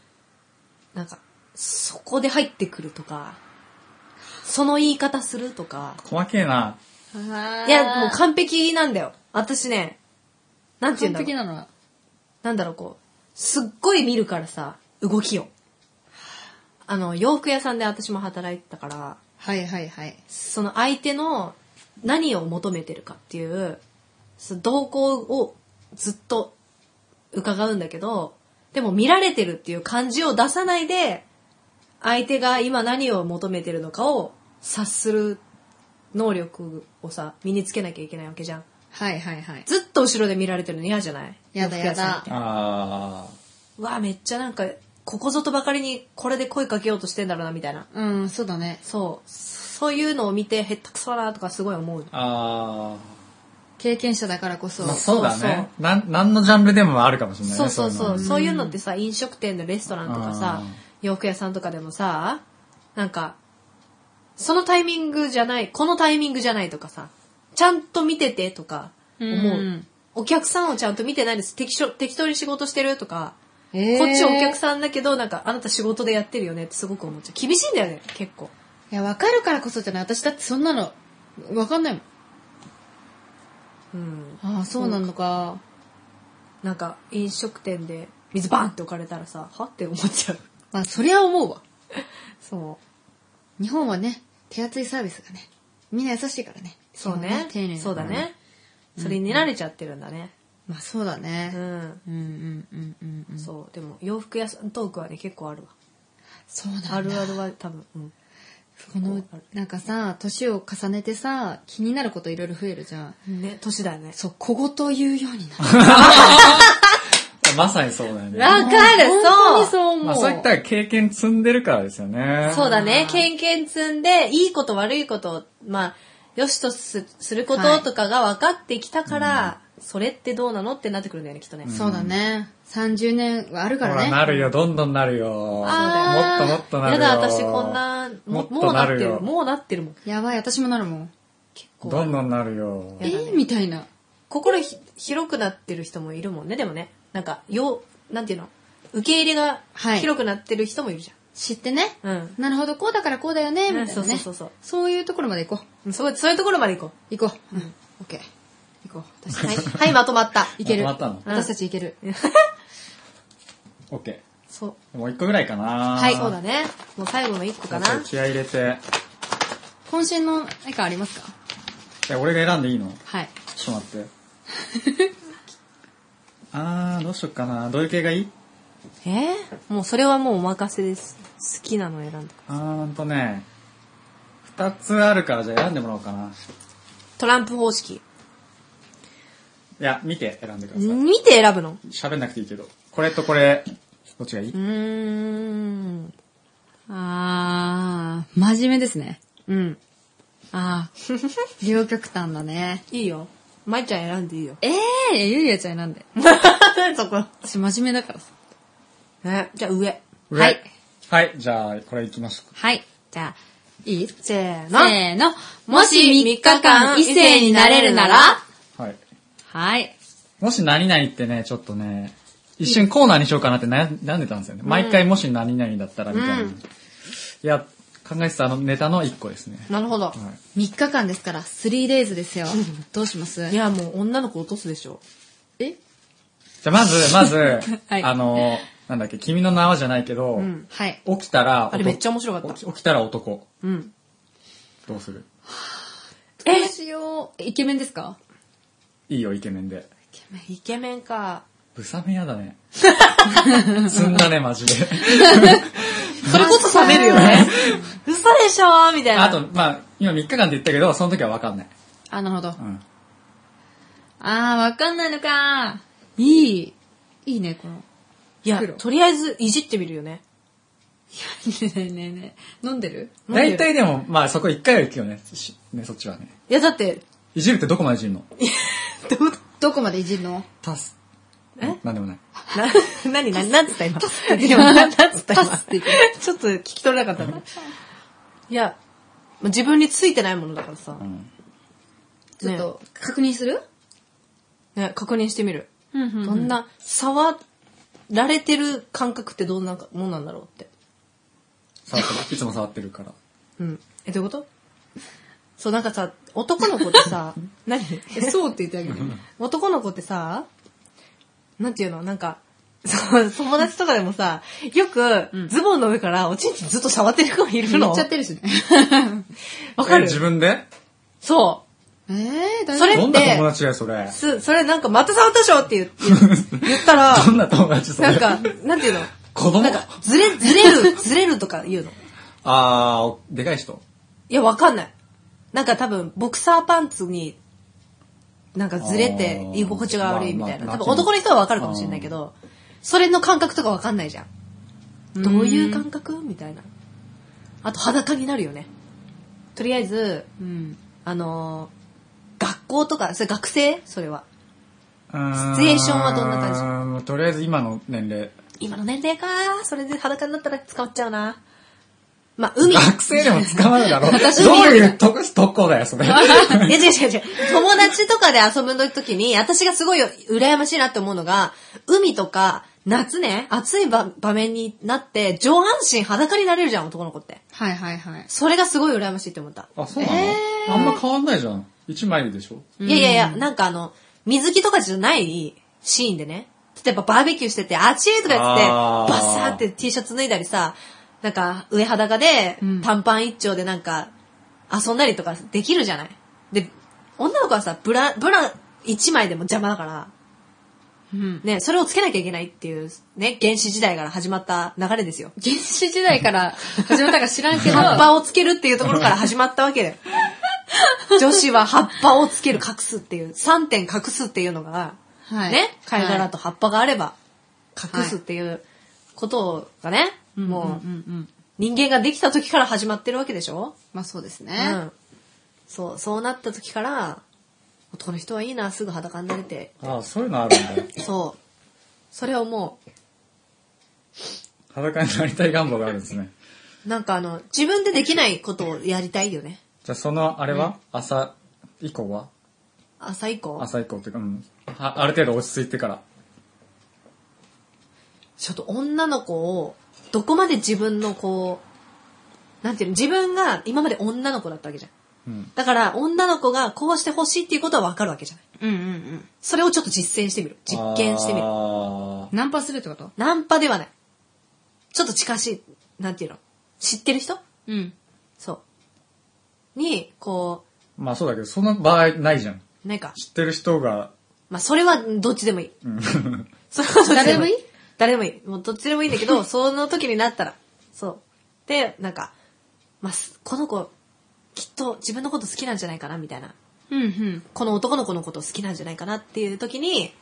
S1: なんか、そこで入ってくるとか、その言い方するとか。
S3: 細けえな。
S2: うん。あー
S1: いや、もう完璧なんだよ。私ね、なんて言うん
S2: 完
S1: だろ
S2: 璧
S1: う。
S2: なのは。
S1: なんだろう、こう、すっごい見るからさ、動きを。あの、洋服屋さんで私も働いてたから、
S2: はいはいはい。
S1: その相手の何を求めてるかっていう、その動向をずっと伺うんだけど、でも見られてるっていう感じを出さないで、相手が今何を求めてるのかを察する能力をさ、身につけなきゃいけないわけじゃん。
S2: はいはいはい。
S1: ずっと後ろで見られてるの嫌じゃない
S2: やだやだ
S1: 洋服屋さんって
S3: あ
S1: うわ、めっちゃなんか、ここぞとばかりにこれで声かけようとしてんだろうな、みたいな。
S2: うん、そうだね。
S1: そう。そういうのを見て、へったくそだなとかすごい思う
S3: あ。。あ
S2: 経験者だからこそ
S3: あ。まあ、。そうだ
S1: そうそう
S3: ね。なん、なんのジャンルでもあるかもしれないね。
S1: そうそうそう。
S3: いの
S1: そういうのってさ、飲食店のレストランとかさ
S3: あー、
S1: 洋服屋さんとかでもさ、なんか、そのタイミングじゃない、このタイミングじゃないとかさ、ちゃんと見ててとか、思
S2: う。
S1: うんお客さんをちゃんと見てないです。適所適当に仕事してるとか、
S2: えー
S1: こっちお客さんだけど、なんか、あなた仕事でやってるよねってすごく思っちゃう。厳しいんだよね、結構。
S2: いや、わかるからこそじゃない。私だってそんなの、わかんないもん。
S1: うん。
S2: ああ、そうなのか。
S1: なんか飲食店で水バンって置かれたらさ、はって思っちゃう。
S2: まあ、そりゃ思 [laughs] うわ。
S1: そう。
S2: 日本はね、手厚いサービスがね、みんな優しいからね。
S1: そう
S2: 基本
S1: ね。
S2: 丁寧な
S1: そうだ。ね。それに慣れちゃってるんだね。
S2: まあ、そうだ
S1: う
S2: ね。
S1: ん。
S2: うんうんうんうんうん。
S1: そう。でも洋服屋さんトークはね、結構あるわ。
S2: そうなんだ。
S1: あるあるは多分、うん。
S2: この、なんかさ、年を重ねてさ、気になることいろいろ増えるじゃん。
S1: ね、年だよね。
S2: そう、小言言うようになる。
S3: まさにそうだよね。
S1: わかる
S2: 本
S1: そう
S2: 当にそう思う。
S3: まあそういった経験積んでるからですよね。
S1: そうだね。経験積んで、いいこと悪いことを、まあ、良しとすするこ
S2: は
S1: と
S2: い
S1: とかが分かってきたから、それってどうなのってなってくるんだよね、きっとね。
S2: そうだね。30年はあるか
S3: ほ
S2: ら
S3: ら、
S2: ね。
S3: なるよ、どんどんなるよ。もっ
S2: あー
S3: ともっとな
S1: や
S3: るよ。
S1: だ、私こんな、も
S3: もっ
S1: もうな
S3: とな
S1: って
S3: る
S1: る。
S3: よ。
S1: もうなってるもん。
S2: やばい、私もなるもん。
S1: 結構。
S3: どんどんなるよ。
S2: え
S1: やだね
S2: ー、みたいな。
S1: 心ひ広くなってる人もいるもんね、でもね。なんか、よう、なんていうの受け入れが
S2: はい
S1: 広くなってる人もいるじ
S2: 知ってね。
S1: ゃん。うん
S2: なるほど、こうだからこうだよね、みたいな
S1: う
S2: ね。
S1: んそうそうそうそう
S2: そういうところまで行こ
S1: うん。そう、そういうところまで行こ
S2: う。行こう。うん。オッケー。行こう。私
S1: はい、 [laughs] はい、まとまった。
S2: いける。
S3: またの
S2: 私たちいける。
S3: オッケ
S1: そう。
S3: ー。もう一個ぐらいかな
S1: はい、そうだね。もう最後の一個かな。
S3: ちょっと気合い入れて。
S2: 渾身の絵かありますか
S3: え、俺が選んでいいの
S2: はい。
S3: ちょっ
S1: [laughs]
S3: と待って。あー、どうしよっかな。どういう系がいい
S1: えー、もうそれはもうお任せです。好きなの選んで。
S3: あー、ほんとね。二つあるから、じゃあ選んでもらおうかな。
S1: トランプ方式。
S3: いや、見て選んでください。
S1: 見て選ぶの
S3: 喋んなくていいけど。これとこれ、どっちがいいう
S1: ーん。
S2: あー、真面目ですね。
S1: うん。
S2: あー、両極端
S1: [laughs]
S2: だね。。
S1: いいよ。まいちゃん選んでいいよ
S2: えー、ゆりやちゃんなんで。
S1: [laughs] そこ。
S2: 私真面目だからさ。
S1: え、じゃあ上。
S3: 上
S2: はい。
S3: はい、じゃあ、これいきます。
S2: はい。
S1: じゃあ、
S2: いいせ
S1: せーの。
S2: ーの。もし3日間異性になれるなら
S3: はい。
S2: はい。
S3: もし何々ってね、ちょっとね、一瞬コーナーにしようかなって悩ん悩んでたんですよね。毎回もし何々だったらみたいな。
S1: うん
S3: いや、考えてたあのネタの一個ですね。
S1: なるほど。
S3: はい
S2: 3日間ですから、3days
S1: [laughs]
S2: ですよ。どうします
S1: いや、もう女の子落とすでしょ。
S2: え、
S3: じゃあ
S1: [laughs]
S3: まず、まず
S2: はい
S3: あの、なんだっけ、君の名はじゃないけど、
S1: ん
S2: はい。
S3: 起きたら男、
S1: あれめっちゃ面白かった
S3: 起き起きたら男。
S1: うん。
S3: どうする
S2: どうしよう。イケメンですか
S3: いいよ、イケメンで。
S1: イケメンか。
S3: ブサメや
S1: [laughs]
S3: だね。すんだね、マジで。
S1: それこそ冷めるよね。嘘でしょーみたいな。
S3: あと、まあ、今3日間って言ったけど、その時は分かんない。
S2: [laughs] あ、なるほど
S3: う。ん。
S2: あー、わかんないのかいい。いいね、この。
S1: いや、
S2: 黒
S1: とりあえずいじってみるよね。
S2: ねえねえねえ。飲んでる
S3: 大体でも、まあそこ1回は行くよね。しね、そっちはね。
S1: いや、だって、
S3: いじるってどこまでいじるの
S2: どこまでいじるの
S3: 足す。えなんでもない。
S1: [laughs] な、なに、な、なんつった今。[laughs]
S2: 言
S1: 今、
S2: う
S1: なんつった今
S2: パスって言。
S1: ちょっと聞き取れなかったね。 [laughs] いや、まあ自分についてないものだからさ
S3: う。ん。
S2: ちょっと、確認する
S1: ね、確認してみる。
S2: うんうんうん
S1: どんな、触られてる感覚ってどんなもんなんだろうって。
S3: 触ってる。いつも触ってるから。
S1: うん。え、どういうことそう、なんかさ、男の子って
S2: [laughs]
S1: さ、何
S2: えそうって言ってあげる。
S1: [laughs] 男の子ってさ、なんていうのなんか、そう、友達とかでもさ、よく、
S2: うん
S1: ズボンの上からおちんちんずっと触ってる子いる
S2: 言
S1: の
S2: っちゃってるし [laughs] ね。
S1: わか
S3: え
S1: る
S3: 自分で
S1: そ
S2: えー、大
S1: それ
S2: 丈
S3: どんな友達だよ、それ
S1: う。。す、それなんかまた触ったでしょって言って言ったら、
S3: [laughs] どんな友達それ。
S1: なんか、なんていうの
S3: 子供
S1: なんか、ずれ、ずれる、ずれるとか言うの。
S3: あー、おでかい人。
S1: いや、わかんない。なんか多分、ボクサーパンツに、なんかずれて
S3: あー
S1: 居心地が悪いみたいな。
S3: まあまあ
S1: 多分男の人はわかるかもしれないけど、それの感覚とかわかんないじゃん。どういう感覚みたいな。あと裸になるよね。とりあえず、
S2: うん。
S1: あのー学校とか、それ学生それは。
S3: うーん
S1: シチュエーションはどんな感じ
S3: うーんとりあえず今の年齢。
S1: 今の年齢かそれで裸になったら捕まっちゃうな。まあ、海。
S3: 学生でも捕まるだろ。どう
S1: 私
S3: いうとこ、どこだよ、そ
S1: [laughs]
S3: れ。
S1: いや違う違う違う。友達とかで遊ぶ時に、私がすごい羨ましいなって思うのが、海とか、夏ね、暑い場場面になって、上半身裸になれるじゃん、男の子って。
S2: はいはいはい。
S1: それがすごい羨ましいって思った。
S3: あ、そうなの、あんま変わんないじゃん。一枚でしょ
S1: いやいやいや、なんかあの、水着とかじゃないシーンでね、例えばバーベキューしてて、あっちーとかやってて、
S3: あ
S1: バッ
S3: ー
S1: サーって T シャツ脱いだりさ、なんか上裸で
S2: うん、
S1: 短パン一丁でなんか、遊んだりとかできるじゃない。で、女の子はさ、ブラ、ブラ一枚でも邪魔だから、
S2: うん。
S1: ね、それをつけなきゃいけないっていう、ね、原始時代から始まった流れですよ。
S2: 原始時代から始まったか知らんけど、
S1: 葉っぱをつけるっていうところから始まったわけ
S2: [laughs]
S1: だよ。女子は葉っぱをつける隠すっていう、3点隠すっていうのが、
S2: はい
S1: ね、貝殻と葉っぱがあれば隠すっていうことがね、も
S2: う
S1: うん
S2: うんうん。
S1: 人間ができた時から始まってるわけでしょ、
S2: まあそうですね。
S1: うん。そう、そうなった時から、男の人はいいな、すぐ裸になれて。
S3: あー、そういうのあるんだ
S1: [laughs]
S3: よ。
S1: そう。それをも
S3: 裸になりたい願望があるんですね。
S1: う、なんかあの、自分でできないことをやりたいよね。
S3: じゃあその、あれは、朝以降は
S1: 朝以降。
S3: 朝以降っていうか、うん。あある程度落ち着いてから。
S1: ちょっと女の子を、どこまで自分のこう、なんていうの、自分が今まで女の子だったわけじゃん。
S3: ううん
S1: だから、女の子がこうしてほしいっていうことはわかるわけじゃない。
S2: うんうんうん。
S1: それをちょっと実践してみる。実験してみる。
S3: あー
S2: ナンパするってこと
S1: ナンパではない。ちょっと近しい、なんていうの知ってる人
S2: うん。
S1: そう。に、こ
S3: まあそうだけど、そんな場合ないじゃん。
S1: う、なんか、
S3: 知ってる人が、
S1: まあ、それはどっちでもいい。
S3: うん
S1: それはどっちで
S2: 誰
S1: も
S2: も
S1: い
S2: い
S1: い
S2: い
S1: 誰でもいい。もうどっちでもいいんだけど、その時になったら。そう。で、なんか、まあ、すこの子、きっと自分のこと好きなんじゃないかな、みたいな。
S2: うんうん。
S1: この男の子のこと好きなんじゃないかなっていう時に、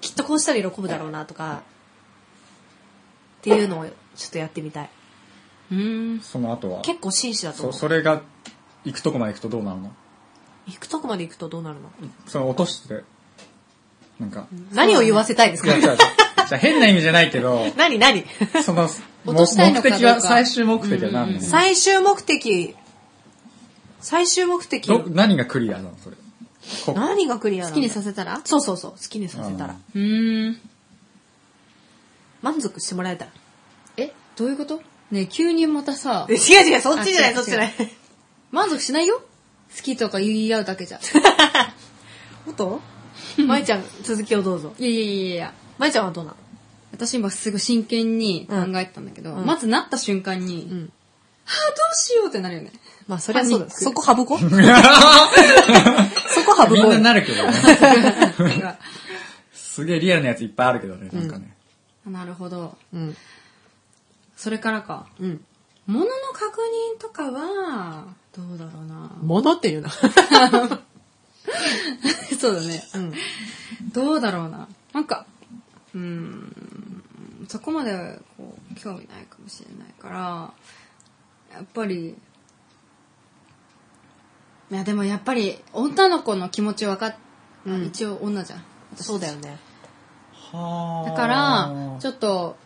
S1: きっとこうしたら喜ぶだろうなとか、っていうのをちょっとやってみたい。
S2: うーん。
S3: その後は。
S1: 結構紳士だと
S3: そ
S1: 思う。
S3: それが、行くとこまで行くとどうなるの
S1: 行くとこまで行くとどうなるの
S3: それ落として、なんか。
S1: 何を言わせたいんです
S3: い
S1: か
S3: や、違う違う [laughs] じゃあ変な意味じゃないけど、
S1: [laughs] 何何
S3: その、
S2: [laughs] 落としたいのかどうか
S3: 目的は、最終目的は何なの、
S2: うん
S1: 最終目的、最終目的、
S3: ど何がクリアなのそれ。こ
S1: 何がクリアなの
S2: 好きにさせたら
S1: そうそうそう、好きにさせたら。
S2: うーん。
S1: 満足してもらえたら。
S2: え、どういうことねえ急にまたさ
S1: え、違う違う、そっちじゃない、
S2: あ
S1: そっちじゃない。
S2: 満足しないよ好きとか言い合うだけ [laughs] じゃ。
S1: 音まいちゃん、続きをどうぞ。
S2: いやいやいやいや。
S1: まいちゃんはどうなの
S2: 私今すぐ真剣に考えてたんだけど、
S1: うん
S2: まずなった瞬間に、
S1: ん
S2: はあ、どうしようってなるよね。
S1: まあ、そりゃそうだ。
S2: パニック
S1: そこ省こう。 [laughs] そこ省こう
S3: みんな
S1: よ。
S3: なるけど
S2: [laughs]
S3: ね。 [laughs]
S2: が
S3: すげえリアルなやついっぱいあるけどね、なんかね。
S2: なるほど。
S1: うん。
S2: それからか。
S1: うん。
S2: 物の確認とかは、どうだろうな。 [laughs]
S1: 物っていうな。
S2: そうだね。
S1: うん。
S2: どうだろうな。なんか、うーん、そこまでこう興味ないかもしれないから、やっぱり、いやでもやっぱり女の子の気持ち分かっ、あ
S1: うん
S2: 一応女じゃん。
S1: そうだよね。
S3: は
S2: だから、ちょっと、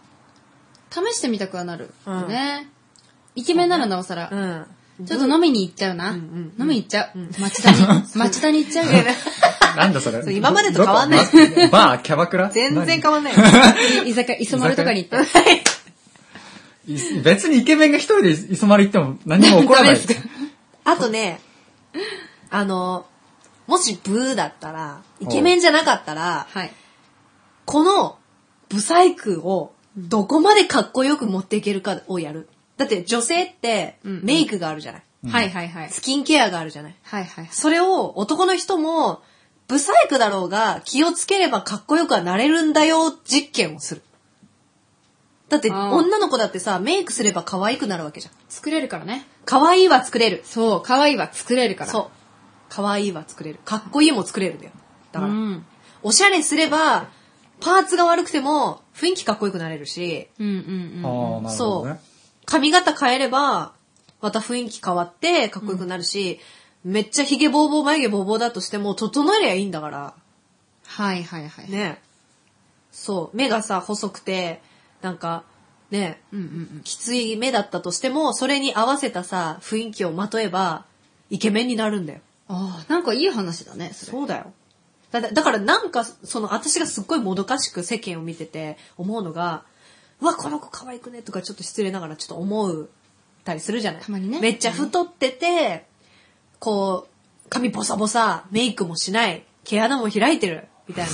S2: 試してみたくはなるよね。イケメンならなおさら、
S1: ん。
S2: ちょっと飲みに行っちゃうな。
S1: うんうん
S2: 飲みに行っちゃう。町田 [laughs] に、町田に行っちゃうよね。
S3: なんだそれ。
S1: そう今までと変わんない
S3: どこまバー、キャバクラ
S1: 全然変わんないよ。
S2: [laughs] 居酒屋、磯丸とかに行って。
S3: 何い別にイケメンが一人で磯丸行っても何も起こらない。
S1: あとね、あの、もしブーだったら、イケメンじゃなかったら、
S2: はい。
S1: この、ブサイクを、どこまでかっこよく持っていけるかをやる。だって女性って、
S2: うんうん
S1: メイクがあるじゃない。
S2: はいはいはい。
S1: スキンケアがあるじゃない。
S2: はいはいはい。
S1: それを男の人も、ブサイクだろうが気をつければかっこよくはなれるんだよ実験をする。だって
S2: あー
S1: 女の子だってさ、メイクすれば可愛くなるわけじゃん。
S2: 作れるからね。
S1: 可愛いは作れる。
S2: そう、可愛いは作れるから。
S1: そう。可愛いは作れる。かっこいいも作れるんだよ。だから。
S2: うん。
S1: おしゃれすれば、パーツが悪くても雰囲気かっこよくなれるし、
S2: うんうんう
S3: あ
S2: ん。
S3: ーなるほどね。
S1: 髪型変えれば、また雰囲気変わってかっこよくなるし、めっちゃ髭ボーボー眉毛ボーボーだとしても、整えりゃいいんだから。
S2: はいはいはい。
S1: ね。そう。目がさ、細くて、なんか、ね、
S2: うんうんうん。
S1: きつい目だったとしても、それに合わせたさ、雰囲気をまとえば、イケメンになるんだよ。
S2: ああ、なんかいい話だね、それ。
S1: そうだよ。だだだからなんか、その、私がすっごいもどかしく世間を見てて思うのが、うわ、この子可愛くねとかちょっと失礼ながらちょっと思うたりするじゃない
S2: たまにね
S1: めっちゃ太ってて、こう、髪ボサボサ、メイクもしない、毛穴も開いてる、みたいな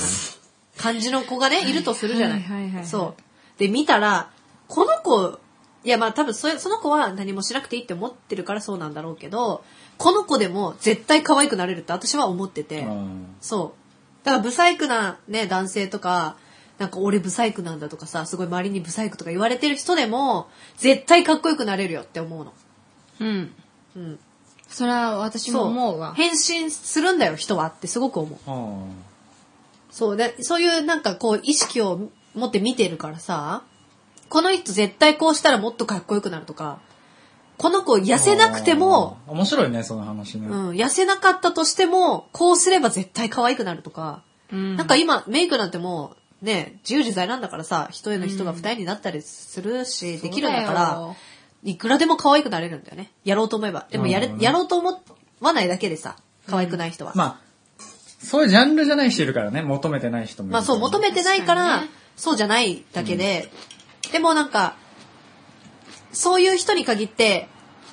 S1: 感じの子がね、いるとするじゃない。
S2: はいはいはいはい
S1: そう。で、見たら、この子、いやまあ多分それその子は何もしなくていいって思ってるからそうなんだろうけど、この子でも絶対可愛くなれるって私は思ってて。
S3: うん
S1: そう。だから、ブサイクなね、男性とか、なんか俺ブサイクなんだとかさ、すごい周りにブサイクとか言われてる人でも、絶対かっこよくなれるよって思うの。
S2: うん。
S1: うん。
S2: それは私も思うわ。
S1: 変身するんだよ、人はってすごく思う。
S3: は
S1: そう。で、そういうなんかこう、意識を持って見てるからさ、この人絶対こうしたらもっとかっこよくなるとか、この子
S3: あ
S1: 痩せなくても、。
S3: あー面白いね、その話ね。
S1: うん、痩せなかったとしても、こうすれば絶対可愛くなるとか、
S2: うん
S1: なんか今、メイクなんてもう、ね、自由自在なんだからさ、一重の人が二重になったりするし、できるんだから、
S2: そう
S1: いくらでも可愛くなれるんだよね。やろうと思えば。でもやれ、
S3: うん
S1: やろうと思わないだけでさ、可愛くない人は。まあ、
S3: まあ、そういうジャンルじゃない人いるからね、求めてない人もいるからね。
S1: そう、求めてないから、
S2: 確かにね
S1: そうじゃないだけで、でもなんか、そういう人に限って、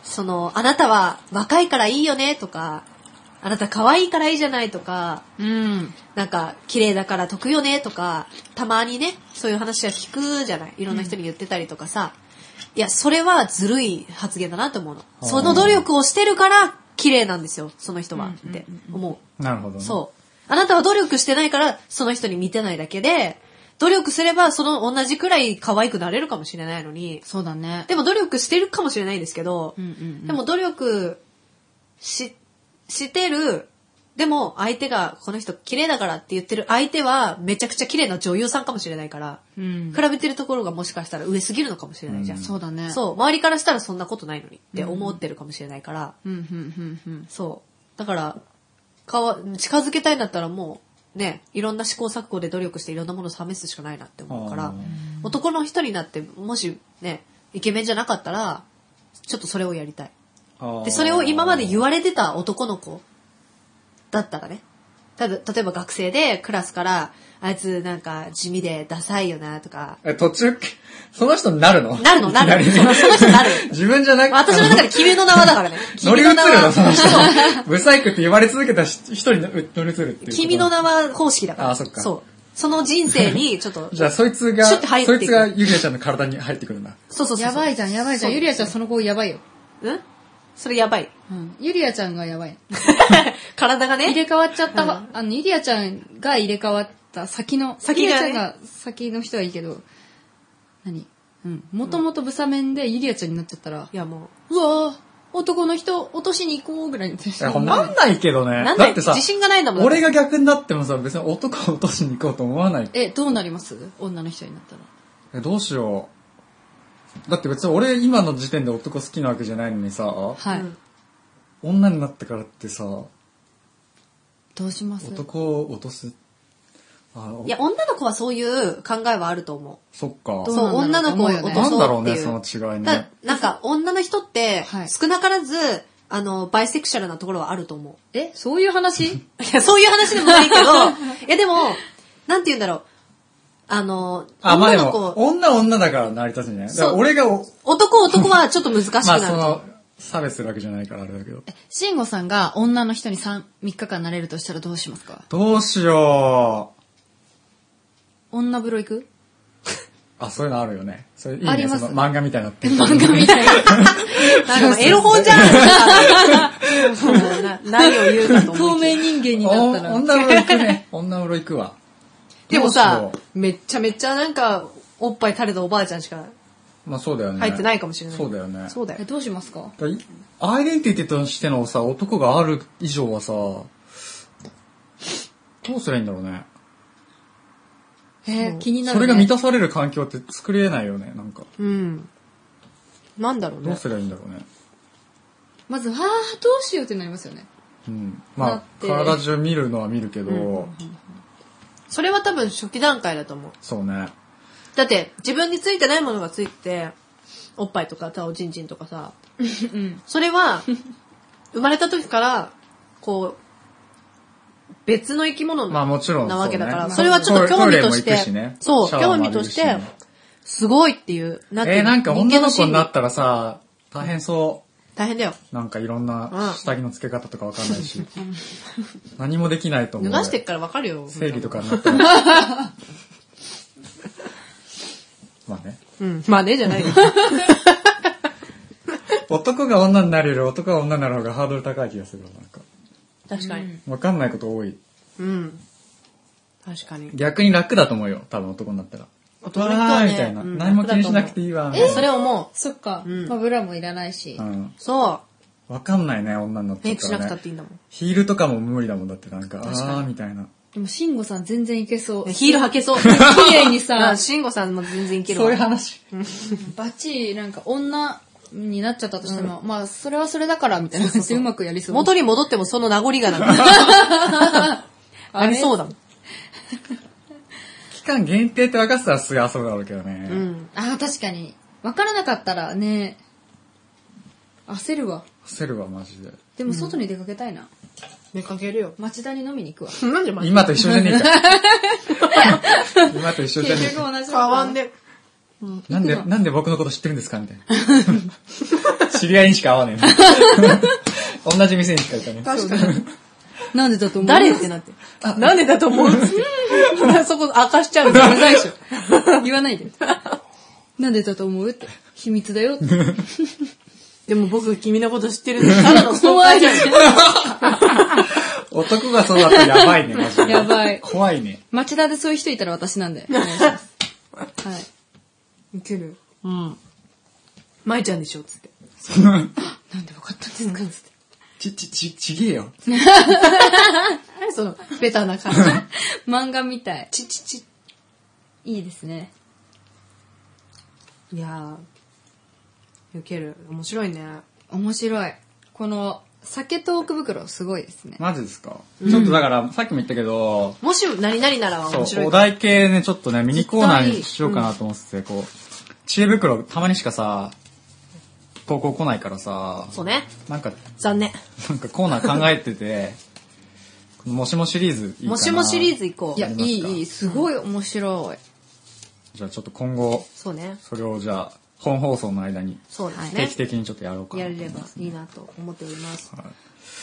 S1: その、あなたは若いからいいよねとか、あなた可愛いからいいじゃないとか、
S2: うん。
S1: なんか、綺麗だから得よねとか、たまにね、そういう話は聞くじゃないいろんな人に言ってたりとかさ。いや、それはずるい発言だなと思うの。
S3: あ
S1: その努力をしてるから、綺麗なんですよ、その人は、って思
S3: なるほど、
S1: う。
S3: ね。
S1: そう。あなたは努力してないから、その人に見てないだけで、努力すれば、その同じくらい可愛くなれるかもしれないのに、
S2: そうだね。
S1: でも努力してるかもしれないですけど、
S2: うんうん
S1: でも努力し、してる、でも相手がこの人綺麗だからって言ってる相手はめちゃくちゃ綺麗な女優さんかもしれないから、
S2: うん。
S1: 比べてるところがもしかしたら上すぎるのかもしれないじゃん。
S3: うん
S2: そうだね。
S1: そう、周りからしたらそんなことないのにって思ってるかもしれないから、
S2: うん。うん、うん、うん。
S1: そう。だから、かわ、近づけたいんだったらもう、ね、いろんな試行錯誤で努力していろんなものを試すしかないなって思うから、
S3: うん
S1: 男の人になって、もしね、イケメンじゃなかったら、ちょっとそれをやりたい。
S3: あー
S1: で、それを今まで言われてた男の子だったらね。ただ、例えば学生でクラスから、あいつなんか地味でダサいよなとか、
S3: え、途中、 [laughs] その人になるの
S1: なるのなるの。
S3: いき
S1: そ
S3: り
S1: のその人なる。
S3: [laughs] 自分じゃなく
S1: 私の中で君の名はだからね。
S3: [laughs] 乗り
S1: 君
S3: 移る
S1: の名
S3: の、その
S1: は、
S3: 人。
S1: [laughs]
S3: ブサイクって言われ続けた人人に乗り移るっていう。
S1: 君の
S3: な。
S1: 名は方式だから。
S3: あそっか
S1: う。その人生にちょっと、
S3: じゃあ、そいつが、
S1: シュッて入って
S3: そ
S1: い
S3: い
S1: く
S3: つがユリアちゃんの体に入ってくるんだ。
S1: そうそうそうそう。
S2: やばいじゃん、やばいじゃん。
S1: そう
S2: ゆりあちゃん、その子やばいよ。
S1: うんそれや [laughs] ばい。
S2: うん。ゆりあちゃんがやばい。
S1: 体が
S2: 入れ
S1: ね。
S2: 替わっちゃった、
S1: うん
S2: あの、ゆりあちゃんが入れ替わった先の、
S1: 先
S2: ゆりあ
S1: が
S2: ち
S1: ね
S2: ゃんが先の人はいいけど、何うん。もともとブサメンでゆりあちゃんになっちゃったら、
S1: いやも
S2: うわぁ、男の人落としに行こうぐらいに。
S3: いや、ほんなんないけど
S1: う。
S3: ね。
S1: なん
S3: だ
S1: で
S3: ってさ
S1: 自、信がないんだもん。
S3: 俺が逆になってもさ、別に男を落としに行こうと思わない。
S2: え、どうなります女の人になったら。
S3: え、どうしよう。だって別に俺今の時点で男好きなわけじゃないのにさ、
S2: はい。
S1: うん
S3: 女になってからってさ、
S2: どうします
S3: 男を落とす。あ
S1: いや、女の子はそういう考えはあると思う。
S3: そっか。
S2: ど
S1: そう、
S2: う
S1: 女
S2: なんだ
S1: の
S2: ろう
S1: 子を落
S2: 思うよね
S1: と
S3: な
S1: そ
S3: ん
S1: う
S3: だ
S1: って
S3: ろう
S1: い
S3: ね、
S1: う
S3: その違い
S1: だ
S3: ね。
S1: なんか、女の人って
S2: は、い
S1: 少なからず、あの、バイセクシャルなところはあると思
S2: え、そういう話
S1: う。いや、そういう話でもないけど、 [laughs] いや、でも、なんて言うんだろう。あの、
S3: あ、まあ
S1: 女
S3: で
S1: の
S3: も、
S1: 子、
S3: 女は女だから成り立つんじゃないだ
S1: そう
S3: から俺がお、
S1: 男男はちょっと難しく
S3: ま
S1: な
S3: あ
S1: る。
S3: その、差別するわけじゃないからあれだけど。
S2: 慎吾さんが女の人に3、3日間なれるとしたらどうしますか
S3: どうしよう。
S2: 女風呂行く
S3: あ、そういうのあるよね。それいい
S2: あ
S3: ね
S2: り、ます
S3: その漫画みたいになってる。
S1: なんかエロ本じ [laughs] ゃん [laughs] な何を言うかと思い
S2: 透
S1: きや
S2: 明人間に
S3: お
S2: なったら。
S3: 女風呂行くね。女風呂行くわ。
S1: でも
S3: ど
S1: さ
S3: うしよ、
S1: めっちゃめっちゃなんか、おっぱい垂れたおばあちゃんしか
S3: うまあそうだよね。
S1: 入ってないかもしれない。
S3: そうだよね。
S1: そうだよ
S2: え。どうしますか
S3: だいアイデンティティとしてのさ、男がある以上はさ、どうすりゃいいんだろうね。
S2: えー、気になる、
S3: そ
S2: ね。
S3: れが満たされる環境って作り得ないよね、なんか。
S1: うん。なんだろう
S3: どう
S1: ね。
S3: すりゃいいんだろうね。
S2: まず、わー、どうしようってなりますよね。
S3: うん。
S2: だ
S3: ま
S2: っ
S3: あ、
S2: て
S3: 体中見るのは見るけど、
S1: それは多分初期段階だと思う。
S3: そうね。
S1: だって、自分についてないものがついてて、おっぱいとか、たおちんちんとかさ、
S2: うん。
S1: それは、生まれた時から、こう、別の生き物
S3: まあもちろん
S1: なわけだから、
S3: うね
S1: それはちょっと興味とし
S3: トイ
S1: て、
S3: レも行くしね
S1: そう、
S3: シャワ
S1: 興
S3: ーも
S1: 味
S3: 浴
S1: と
S3: びる
S1: し、
S3: して
S1: すごいっていう、なてい
S3: えー
S1: う
S3: なんか
S1: 人間
S3: 女
S1: の
S3: の子
S1: 心
S3: に
S1: 理
S3: なったらさ、大変そ
S1: 大変だよ。
S3: う。なんかいろん
S1: うん
S3: な下着の付け方とかわかんない
S1: [laughs]
S3: し、何もできないと思
S1: 脱
S3: う。
S1: がしてっからわかるよ。
S3: 生理とかになったら。まあね。
S1: うん。まあね、じゃないよ。
S3: 男が女になるより男が女になる方がハードル高い気がするわなんか。
S1: [laughs] 確かに。
S3: わかんないこと多い。
S1: うん。確かに。
S3: 逆に楽だと思うよ。多分男になったら。
S1: 男の人はね
S3: わーみたいな。
S1: うん
S3: 何も気にしなくていいわ。みたい
S1: え、
S3: な
S1: それ思う。
S2: そっか。
S1: うん
S2: まあ、ブラもいらないし
S3: う。ん。
S1: そう。
S3: わかんないね、女になっ
S1: メ
S3: て
S1: イクしなくたっていいんだもん。
S3: ヒールとかも無理だもんだってなんか、
S1: 確かに
S3: あーみたいな。
S2: でも、慎吾さん全然いけそう。
S1: ヒール履け [laughs] そう。綺
S2: 綺麗にさ
S1: 慎吾さんも全然いけるわ。
S3: 話。
S2: バッチリ、なんか、女になっちゃったとしても、まあ、それはそれだから、みたいな感じでうまくやりそう。
S1: 元に戻ってもその名残が [laughs] なんか、ありそうだもん。
S3: 期間限定って分かってたらすぐ遊ぶだろうけどね。
S1: うん。
S2: ああ、確かに。わからなかったらね、焦るわ。
S3: 焦るわ、マジで。
S2: でも、外に出かけたいな。
S1: 出かけるよ。
S2: 町田に飲みに行くわ。
S1: なんでま
S3: 今と一緒じゃねえか。今と一緒じゃねえ
S2: [laughs] 結
S3: か。
S2: 局同じだ
S1: 変わんで。
S3: なんで、なんで僕のこと知ってるんですかみたいな。知り合いにしか会わねえ。同じ店にしか行かねえ。
S1: 確かに。
S2: なんでだと思う
S1: 誰ってなって。なんでだと思 [laughs] うそこ明かしちゃうのやばいでしょ。
S2: 言わないで。なんでだと思うって。秘密だよって。
S1: でも僕君のこと知ってるんで、ただのストーカーじゃん。
S3: 男がそうだとやばいね、マジで。
S2: やばい
S3: 怖いね。
S2: 町田でそういう人いたら私なんで。お願いしますは
S1: [laughs]
S2: い。
S1: いける。うん。舞ちゃんでしょつって。
S2: なんで分かったんですかつって。
S3: ち、ち、ち、ちげえよ。
S1: 何その、ベタな感
S2: 漫画みたい。
S1: じ。ちちち。
S2: いいですね。
S1: いやー、受ける。面白いね。
S2: 面白い。この、酒トーク袋すごいですね。
S3: マジですか、ちょっとだから、さっきも言ったけど、
S1: もし、何々ならは面
S3: そ
S1: 白
S3: う、
S1: い
S3: お
S1: か
S3: 題系ね、ちょっとね、ミニコーナーにしようかなと思ってて、こう、知恵袋、たまにしかさ、投稿来ないからさ
S1: ら。、そうね。
S3: なんか、
S1: 残念。
S3: なんかコーナー考えてて、このもしもシリーズいいかな。
S1: もしもシリーズ行こう。
S2: いや、い
S3: りますか
S2: い、いい。すごい面白い。
S3: じゃあちょっと今後、
S1: そうね。
S3: それをじゃあ、本放送の間に、
S1: そうですね。
S3: 定期的にちょっとやろうかな
S1: や
S3: と
S1: れ
S3: 思い
S1: れば
S3: ます
S1: いいなと思っております。
S3: はい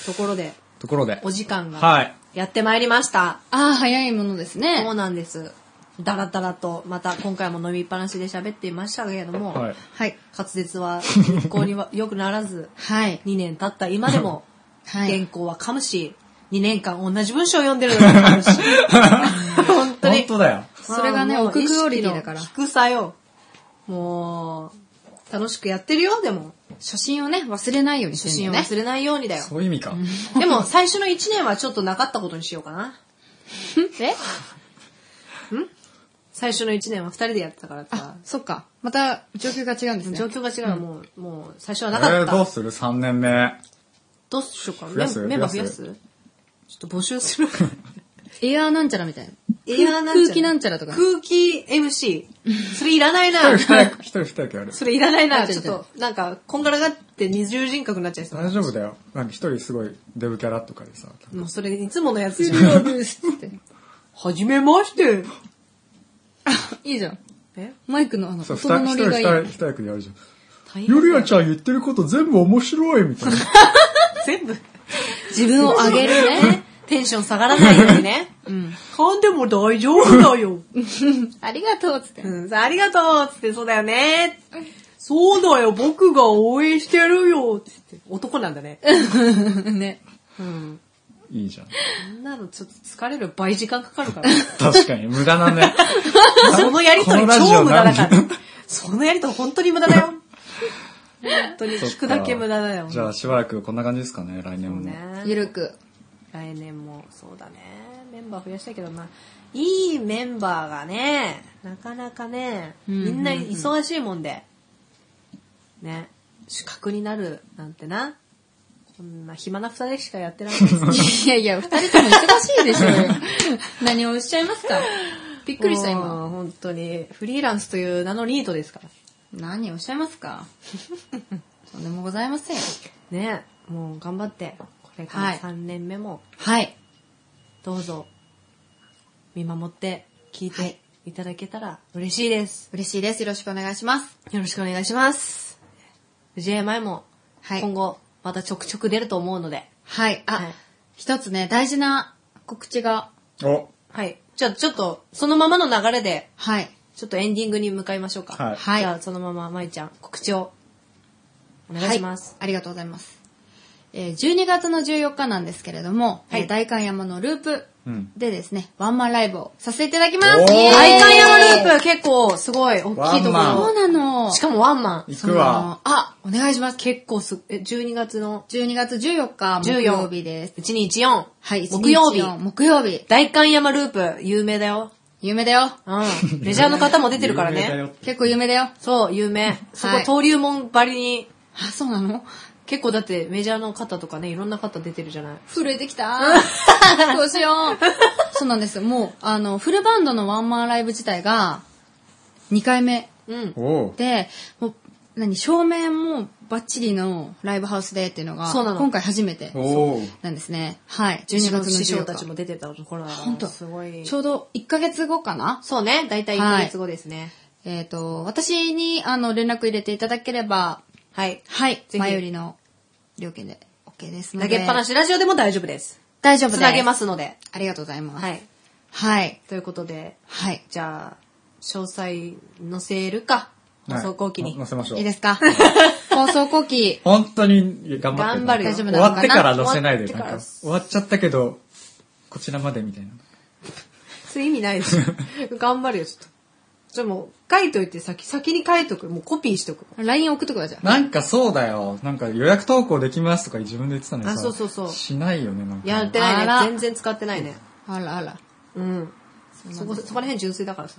S1: ところで、
S3: ところで、
S1: お時間が
S3: はい。
S1: やってまいりました。
S2: ああ、早いものですね。
S1: そうなんです。だらだらと、また今回も飲みっぱなしで喋っていましたけれども、
S3: はい。
S2: はい。
S1: 滑舌は一向には良くならず、
S2: はい。
S1: 2年経った今で
S3: [laughs]
S1: も、
S2: はい
S1: 原稿は噛むし、2年間同じ文章を読んでるのに噛むし、本当
S3: 本
S1: に。
S3: 当だよ。
S2: それがね
S1: まあもう
S2: 奥クオリティだから
S1: 意識の低さよ。もう、楽しくやってるよ、でも。
S2: 初心をね、忘れないようにして
S1: 初
S2: る
S1: 心
S2: んだよ
S1: を
S2: ね。
S1: 忘れないようにだよ。
S3: そういう意味か。
S1: でも、最初の1年はちょっとなかったことにしようかな。
S2: え
S1: 最初の1年は2人でやってたからさ
S2: あ、、そっか。また、状況が違うんですね。
S1: 状況が違う、もう、もう、最初は
S3: え
S1: なかった。
S3: ー、どうする ?3 年目。
S1: どうしようかな。
S3: 増やす
S1: メンメンバー増やす
S3: 増
S1: ちょっと募集する。
S2: エアーなんちゃらみたいな。
S1: エアーなんちゃら
S2: 空気なんちゃらとかね。
S1: 空気 MC。それいらないな。
S3: 一人二役、一人二役やる。
S1: それいらないな。
S2: あ
S1: ち
S2: ち
S1: ょ
S2: ょ
S1: っ
S2: っと
S1: と、なんか、こんがらがって二重人格になっちゃいそう。
S3: 大丈夫だよ。なんか一人すごいデブキャラとかでさ、
S1: もうそれいつものやつじゃん。
S2: 空ですって。
S1: はじめまして。
S2: いいじゃん。
S1: え
S2: マイクのあの、
S3: そう、
S2: 音
S3: 二
S2: のノ
S3: 人一
S2: リ
S3: 人
S2: がいい。
S3: 二人役でやるじゃん。
S1: 大
S3: ゆ
S1: 変
S3: りやちゃん言ってること全部面白いみたいな。
S1: 全部。
S2: 自分を上げるね。
S1: テンション下がらないようにね。うん。噛んでも大丈夫だよ。
S2: [laughs] ありがとうっつって。
S1: うん。さあ、ありがとうつって、そうだよね。そうだよ、僕が応援してるよつって。男なんだね。
S2: [laughs] ね。
S1: うん。
S3: いいじゃん。
S1: そんなのちょっと疲れる倍時間かかるから。
S3: 確かに、無駄なんだね。
S1: [laughs] そのやりとり
S3: このラジオ
S1: 超無駄だから
S3: 何。
S1: そのやりとり本当に無駄だよ。本当に聞くだけ無駄だよ。
S3: じゃあしばらくこんな感じですかね、来
S1: そ
S3: 年
S1: う
S3: も。
S2: ゆ
S1: ね。
S2: るく。
S1: 来年もそうだね。メンバー増やしたいけどな。いいメンバーがね、なかなかね、
S2: うんうん
S1: み
S2: うん
S1: んな忙しいもんで。ね。資格になるなんてな。こんな暇な二人しかやってないです。
S2: いやいや、二人とも忙しいでしょうよ。 [laughs] 何をおっしゃいますか [laughs] びっくりした、今。
S1: もう本当に、フリーランスという名のニートですから。
S2: 何をおっしゃいますか [laughs] とんでもございません。
S1: ねもう頑張って、これから
S2: はい
S1: 3年目も、
S2: はい。
S1: どうぞ、見守って、聞いていただけたら嬉しいです。
S2: 嬉しいです。よろしくお願いします。
S1: よろしくお願いします。JMI も、
S2: はい
S1: 今後、またちょくちょく出ると思うので、
S2: はい。あ、
S1: はい
S2: 一つね、大事な告知が。
S3: お、
S1: はい。じゃあちょっと、そのままの流れで、
S2: はい。
S1: ちょっとエンディングに向かいましょうか。
S3: はい
S2: はい
S1: じゃあそのまま、まいちゃん、告知を、お願いします。
S2: はい。ありがとうございます。えー12月の14日なんですけれども、
S1: はい
S2: えー大観山のループ
S3: うん
S2: でですね、ワンマンライブをさせていただきます。
S3: おー
S2: イエーイ
S1: 大観山ループ、結構、すごい、大きいとこ
S3: ワンマ
S2: そう
S1: ろ。
S2: なの。
S1: しかもワンマン。
S3: 行くわ。
S2: そのあ、お願いします。
S1: 結構す、え、12月の
S2: 12月14日木曜日です。
S1: 1214。
S2: はい、
S1: 木曜日
S2: 一。の木曜日。
S1: 大観山ループ、有名だよ。
S2: 有名だよ。
S1: うん。メジャーの方も出てるから
S3: 有名だよ
S1: ね。
S2: 結構有名だよ。
S1: そう、有名。そこ、
S2: はい
S1: 登竜門ばりに、
S2: あ、そうなの
S1: 結構だってメジャーの方とかね、いろんな方出てるじゃない。
S2: 震えて
S1: [laughs]
S2: きた。どうしよう。そうなんですよ。もう、あの、フルバンドのワンマンライブ自体が、2回目
S1: うん。
S3: おう
S2: で、もう、何、照明もバッチリのライブハウスでっていうのが、
S1: そうなの
S2: 今回初めて
S3: おう
S2: なんですね。はい。
S1: 12月
S2: 12月
S1: の
S2: の
S1: 師匠
S2: 14
S1: たちも
S2: 日。
S1: 出てたところだから。
S2: 本当
S1: すごい。
S2: ちょうど1ヶ月後かな
S1: そうね、だいたい1ヶ月後ですね。
S2: えっ、と、私に、あの、連絡入れていただければ、
S1: はい。
S2: はい、
S1: ひ
S2: 前よりの料金で OK ですの
S1: 投
S2: で。
S1: げっぱなしラジオでも大丈夫です。
S2: 大丈夫で
S1: つ
S2: す。。
S1: なげますすので。
S2: ありがとうございます。
S1: はい。
S2: はい。
S1: ということで、
S2: はい。
S1: じゃあ、詳細載せるか。
S3: はい
S1: 走行機に。
S3: 乗せましょう。
S2: いいで
S1: [laughs]
S2: すか放送後期、
S3: 本当に頑張って
S1: 頑張るよ大
S3: なんか
S1: 丈夫
S2: な
S3: 終
S2: のか
S3: わ
S2: な
S3: ってから載せないで、
S1: 終
S3: な
S1: わ
S3: ん
S1: ってから
S3: か、終わっちゃったけど、こちらまでみたいな。
S1: そういう意味ないでしょ。頑張るよ、ちょっと。じゃあもう、書いといて、先、先に書いとく。もうコピーしとく。
S2: LINE 送っとくわ、じゃあ。
S3: なんかそうだよ。なんか予約投稿できますとか自分で言ってたのにさ。
S1: あそうそうそう
S3: しないよね、なんか。
S1: やってない
S2: あら
S1: ね。全然使ってないね。
S2: あらあ
S1: [laughs]
S2: ら。
S1: うん。そこ、そこら辺純粋だからさ。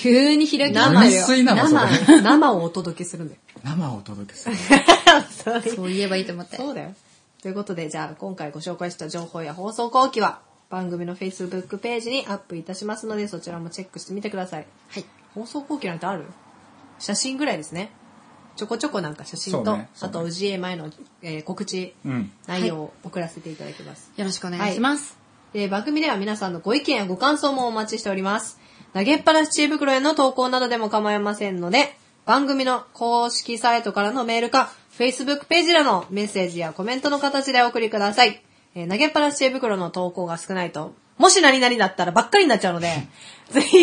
S2: 急に開き直
S3: 生よ
S2: る
S3: 純粋なのそ
S1: 生、生をお届けするんだよ。
S3: 生をお届けする。
S1: [laughs] そう
S2: そう言えばいいと思って。
S1: そうだよ。ということで、じゃあ今回ご紹介した情報や放送後期は番組の Facebook ページにアップいたしますのでそちらもチェックしてみてください。
S2: はい。
S1: 放送後期なんてある写真ぐらいですね。ちょこちょこなんか写真
S3: そ
S1: と、
S3: うねそう
S1: あ
S3: ね
S1: と氏家前の、えー告知
S3: うん。
S1: 内容を送らせていただきます。
S2: よろしくお願いします。
S1: で番組では皆さんのご意見やご感想もお待ちしております。投げっぱなし知恵袋への投稿などでも構いませんので、番組の公式サイトからのメールか、Facebook ページらのメッセージやコメントの形でお送りください。えー投げっぱなし知恵袋の投稿が少ないと、もし何々だったらばっかりになっちゃうので、 [laughs] ぜひ、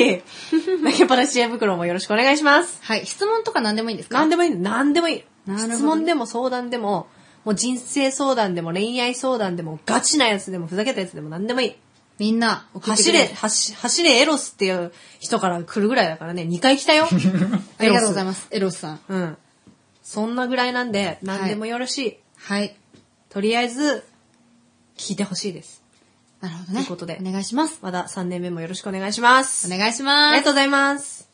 S1: 投げっぱなし知恵袋もよろしくお願いします。
S2: はい。質問とか何でもいいんですか
S1: 何でもいいの何でもいい。
S2: なるほど
S1: 質問でも相談でも、もう人生相談でも恋愛相談でもガチなやつでもふざけたやつでも何でもいい。
S2: みんな、送って
S1: 走
S2: くれ
S1: れ、走、走れエロスっていう人から来るぐらいだからね、2回来た
S2: [laughs]
S1: よ。
S2: ありがとうござい
S1: ま
S2: ます。エロスさん。
S1: す。うん。そんなぐらいなんで、何でもよろしい。
S2: はい。
S1: とりあえず、聞いてほしいです。
S2: なるほどね。
S1: ということで
S2: お願いします。
S1: まだ3年目もよろしくお願いします。
S2: お願いします。
S1: ありがとうございます。